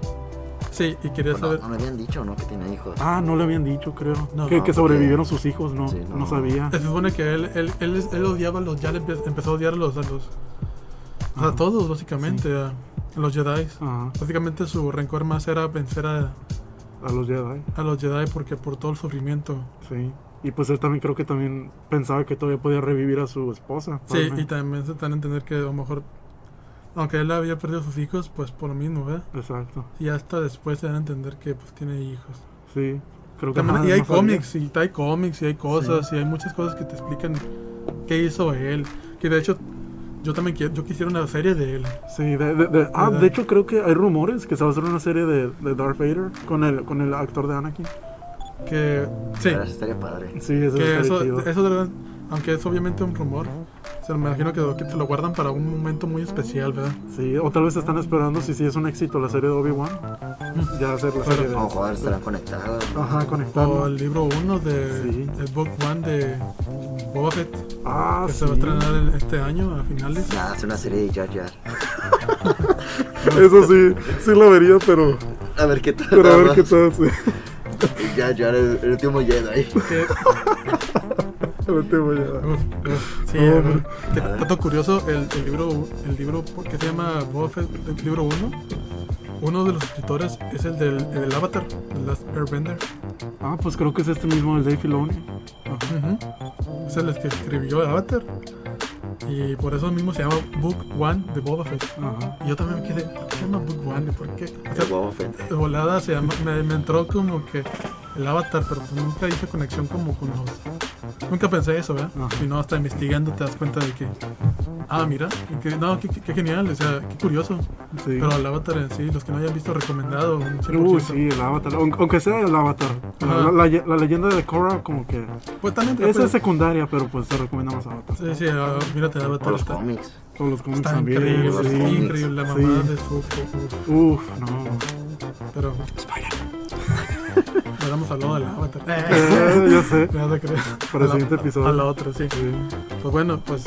S1: sí, y
S2: Pues
S1: quería
S3: Bueno,
S1: saber,
S3: no me habían dicho, ¿no? Que tenía hijos.
S2: Ah, no le habían dicho, creo.
S1: No,
S2: que,
S1: no,
S2: que
S3: porque-
S2: sobrevivieron sus hijos, no,
S3: Sí,
S2: no.
S3: no.
S2: sabía.
S1: se supone que él, él, él, él odiaba a los, ya le empe- empezó a odiar a los, a los, a
S2: Ajá. Ah.
S1: todos básicamente, a, a los Jedi.
S2: Ajá,
S1: Básicamente su rencor más era vencer a,
S2: a los Jedi.
S1: a los Jedi porque por todo el sufrimiento.
S2: Sí. Y pues él también creo que también pensaba que todavía podía revivir a su esposa.
S1: Sí,
S2: Ajá.
S1: y también se están a entender que a lo mejor, aunque él había perdido a sus hijos, pues por lo mismo, ¿verdad?
S2: Exacto.
S1: Y hasta después se dan a entender que pues tiene hijos.
S2: Sí. Creo que
S1: También,
S2: nadie
S1: y hay
S2: más sabía.
S1: cómics, y hay cómics, y hay cosas, y hay muchas cosas que te explican qué hizo él. Que de hecho, yo también quiero, yo quisiera una serie de él.
S2: Sí, de, de- de- ah,
S1: ¿Verdad?
S2: de hecho creo que hay rumores que se va a hacer una serie de, de Darth Vader con el, con el actor de Anakin.
S1: Que, sí,
S3: Ahora sí estaría padre.
S2: Sí, eso
S1: que
S2: es
S1: eso, eso de verdad, aunque es obviamente un rumor, se me imagino que, lo- que te lo guardan para un momento muy especial, ¿verdad?
S2: Sí, o tal vez están esperando si sí es un éxito la serie de Obi-Wan. Ya hacer la
S1: Claro.
S2: serie de...
S3: A lo mejor estarán conectados. ¿no?
S2: Ajá,
S1: O
S2: conectarlo.
S1: el libro 1 de
S2: Sí.
S1: el Book One de Boba Fett,
S2: Ah,
S1: que
S2: sí.
S1: se va a estrenar el- este año a finales.
S3: Nada, es una serie de Jar Jar.
S2: Eso sí, sí la vería, pero,
S3: A ver qué tal.
S2: pero a ver
S3: va.
S2: qué tal. Sí.
S3: Jar Jar, el, el último Jedi.
S1: Que-
S2: El último ya.
S1: Uf, uf, sí,
S2: No,
S1: uf.
S2: no.
S1: Qué dato curioso, el, el libro, el libro que se llama Boba Fett, el libro 1, uno de los escritores es el del, el del Avatar, el Last Airbender.
S2: Ah, pues creo que es este mismo, el Dave Filoni.
S1: Ujú. Es el que escribió el Avatar. Y por eso mismo se llama Book One de Boba Fett.
S2: Ajá.
S1: Y yo también me quedé, ¿por qué se llama Book One? ¿Y ¿Por qué? O
S3: El
S1: sea,
S3: Boba Fett.
S1: de volada se llama, me, me entró como que el Avatar, pero pues nunca hice conexión como con los Nunca pensé eso, ¿verdad?
S2: Ajá.
S1: Y no, hasta investigando te das cuenta de que. Ah, mira, y que- no, qué, qué- qué genial, o sea, qué curioso.
S2: Sí.
S1: Pero el Avatar en sí, los que no hayan visto, recomendado. Un 100%.
S2: Uy, Uh, sí, el avatar. Aun- Aunque sea el avatar.
S1: Ajá.
S2: La, la- la leyenda de Korra, como que.
S1: Pues también te
S2: Esa es
S1: puedes-
S2: secundaria, pero pues se recomienda más avatar.
S1: Sí, sí, ah, mírate el
S3: O
S1: Avatar.
S3: los
S1: Está,
S3: cómics.
S2: Todos los cómics
S1: está
S2: también.
S1: increíble,
S3: los
S1: sí,
S3: cómics.
S1: increíble la
S2: Sí.
S1: mamada de su. su- su-
S2: Uf, no.
S1: Pero. Le damos al lado del Avatar.
S2: Eh, yo sé.
S1: Nada que ver.
S2: Para el
S1: A la-
S2: siguiente episodio.
S1: A la otra, sí.
S2: Sí.
S1: Pues bueno, pues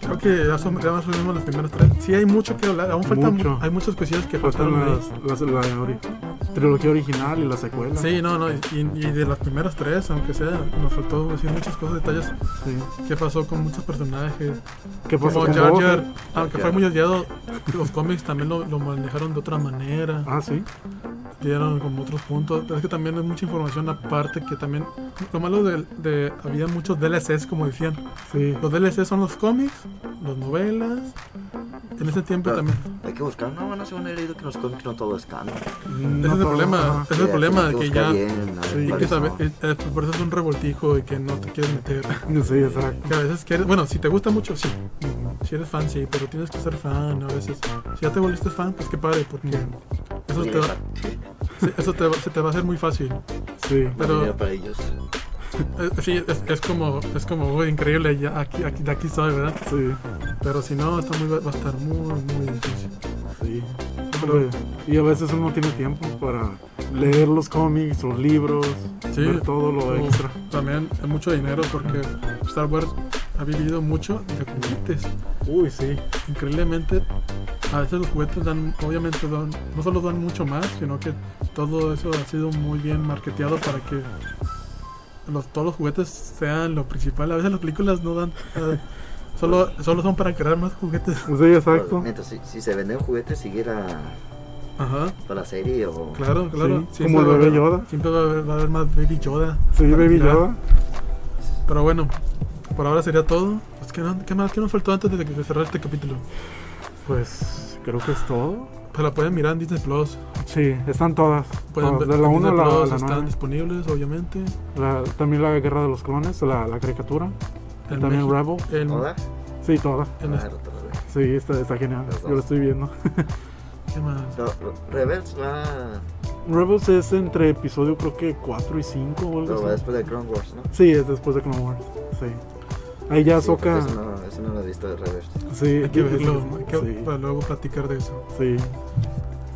S1: creo que ya, son, ya más o menos los primeros tres. Sí, hay mucho que hablar. Aún faltan.
S2: Mucho.
S1: Hay muchas cosillas que
S2: Faltan
S1: faltaron. ahí.
S2: las, las- la ori- trilogía original y la secuela.
S1: Sí, no, no. Y, y- y de las primeras tres, aunque sea, nos faltó decir muchas cosas, detalles.
S2: Sí.
S1: ¿Qué pasó con muchos personajes?
S2: ¿Qué pasó
S1: Como
S2: con
S1: Jar
S2: Boba
S1: Jar,
S2: Fett?
S1: aunque fue muy odiado, los cómics también lo, lo manejaron de otra manera.
S2: Ah, sí.
S1: Dieron como otros puntos. Pero es que también hay mucha información aparte que también. Lo malo de, de- había muchos DLCs, como decían.
S2: Sí.
S1: Los DLC son los cómics, las novelas. En ese tiempo
S3: Pero
S1: también.
S3: Hay que buscar. No, bueno, según he leído que en los cómics no todo es canon.
S1: Ese es el problema. Ese es el problema de que ya. y
S2: Sí,
S1: que
S3: que
S1: sabe- eh, eh, por eso es un revoltijo y que no te quieres meter.
S2: Sí, exacto.
S1: Que a veces quieres. Bueno, si te gusta mucho, sí. Si eres fan, sí, pero tienes que ser fan a veces. Si ya te volviste fan, pues qué padre, porque eso te va, sí, eso te va- se te va a hacer muy fácil.
S2: Sí.
S1: Pero
S3: para ellos.
S1: eh, sí, es, es como, es como uy, increíble, ya aquí, aquí, de aquí soy, ¿verdad?
S2: Sí.
S1: Pero si no, está muy, va a estar muy, muy difícil.
S2: Sí. Hombre, Y a veces uno no tiene tiempo para leer los cómics, los libros,
S1: Sí.
S2: ver todo lo
S1: O
S2: extra.
S1: También es mucho dinero porque Star Wars ha vivido mucho de juguetes.
S2: Uy, sí.
S1: increíblemente a veces los juguetes dan obviamente dan- no solo dan mucho más sino que todo eso ha sido muy bien marketeado para que los, todos los juguetes sean lo principal a veces las películas no dan eh, solo solo son para crear más juguetes
S2: Sí, exacto.
S3: Mientras, si, si se venden juguetes, sigue la,
S1: ajá
S3: para la serie o.
S1: claro claro
S2: Sí,
S1: siempre
S2: como el
S1: va a
S2: bebé
S1: haber-
S2: Yoda.
S1: siempre va a haber, va a haber más baby Yoda
S2: Sí,
S1: para
S2: Baby
S1: tirar.
S2: Yoda.
S1: pero bueno por ahora sería todo Pues, ¿qué, no- qué más qué nos faltó antes de que cerrar este capítulo
S2: Pues creo que es todo.
S1: pues la pueden mirar en Disney Plus
S2: Sí, están todas.
S1: pueden ver
S2: todas, Ah, de la
S1: en
S2: 1 a
S1: Disney
S2: la, a
S1: Plus
S2: la
S1: están
S2: 9.
S1: disponibles obviamente
S2: La- también la Guerra de los Clones, la, la caricatura.
S1: En
S2: también
S1: México-
S2: Rebel.
S1: en-
S3: ¿Toda?
S2: Sí, toda.
S1: en este,
S3: Ah, otra vez.
S2: Sí, está, está genial.
S3: Las dos.
S2: Yo lo estoy viendo.
S1: ¿Qué más?
S3: Pero, Re- Rebels va.
S2: Rebels es entre episodio creo que 4 y 5 o
S3: Pero
S2: algo
S3: va
S2: así.
S3: después de Clone Wars, ¿no?
S2: Sí, es después de Clone Wars. Sí. Ahí ya
S3: Sí, porque
S2: Soca.
S3: Eso no, eso no lo he visto de Rebels.
S2: Sí,
S1: Hay que verlo, hay que-
S2: Sí,
S1: para luego platicar de eso.
S2: sí.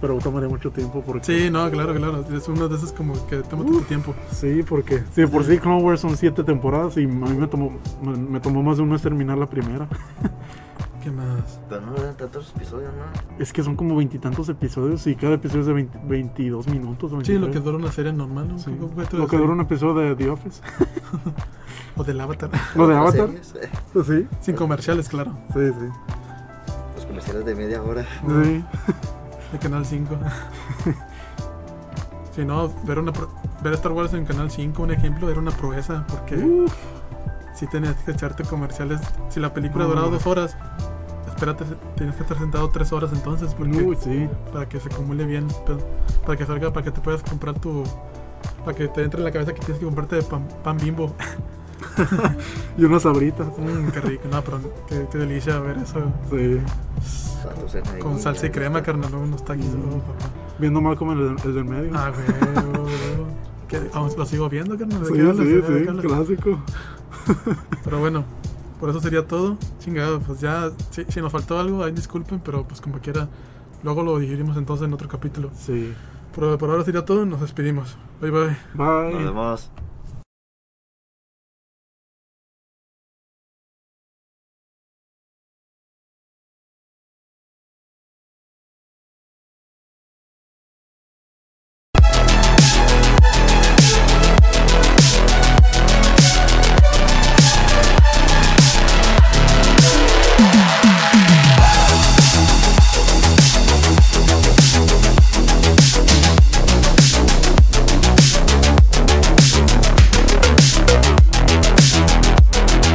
S2: Pero tomaré mucho tiempo porque.
S1: Sí, no, claro, claro. Es una de esas como que toma tu tiempo.
S2: Sí, porque. Sí, por sí Clone Wars son 7 temporadas y a mí me tomó, me, me tomó más de un mes terminar la primera.
S1: ¿Qué más?
S3: Pero no eran tantos episodios, ¿no?
S2: Es que son como veintitantos episodios y cada episodio es de 20 22 minutos.
S1: Sí, lo
S2: 23.
S1: que dura una serie normal, ¿no?
S2: Sí.
S1: Un juguete de
S2: Lo que
S1: serie.
S2: dura un episodio de The Office.
S1: O del Avatar.
S2: Lo de
S3: Otras
S2: Avatar.
S3: series, eh,
S2: Sí, sí,
S1: Sin comerciales, claro.
S2: sí.
S3: Los comerciales de media hora.
S1: Ah,
S2: Sí.
S1: De Canal 5. Si no, ver, una pro- ver Star Wars en Canal 5, un ejemplo, era una proeza. Porque
S2: Uf,
S1: si tenías que echarte comerciales. Si la película
S2: No.
S1: duraba dos horas, espérate, tienes que estar sentado tres horas entonces. Porque
S2: uy, sí.
S1: para que se acumule bien, pa- para que salga, para que te puedas comprar tu. para que te entre en la cabeza que tienes que comprarte pan, pan bimbo.
S2: Y unas sabritas.
S1: Mmm, qué rico, no, pero qué, qué delicia ver eso.
S2: Sí.
S3: Para tu cena de
S1: Con
S3: niña,
S1: salsa y
S3: ¿no?
S1: crema, carnal, unos taquis.
S2: Mm.
S1: oh, papá.
S2: Viendo mal como el, el del medio.
S1: Ah, güey. que aún lo sigo viendo, carnal. ¿de
S2: sí,
S1: qué hablas?
S2: sí,
S1: ¿De qué
S2: sí,
S1: hablas?
S2: clásico.
S1: Pero bueno, por eso sería todo. Chingado, pues ya, si, si nos faltó algo, ahí disculpen, pero pues como quiera. Luego lo digerimos entonces en otro capítulo.
S2: Sí.
S1: Pero por ahora sería todo, nos despedimos. Bye bye.
S2: Bye.
S3: Nos vemos.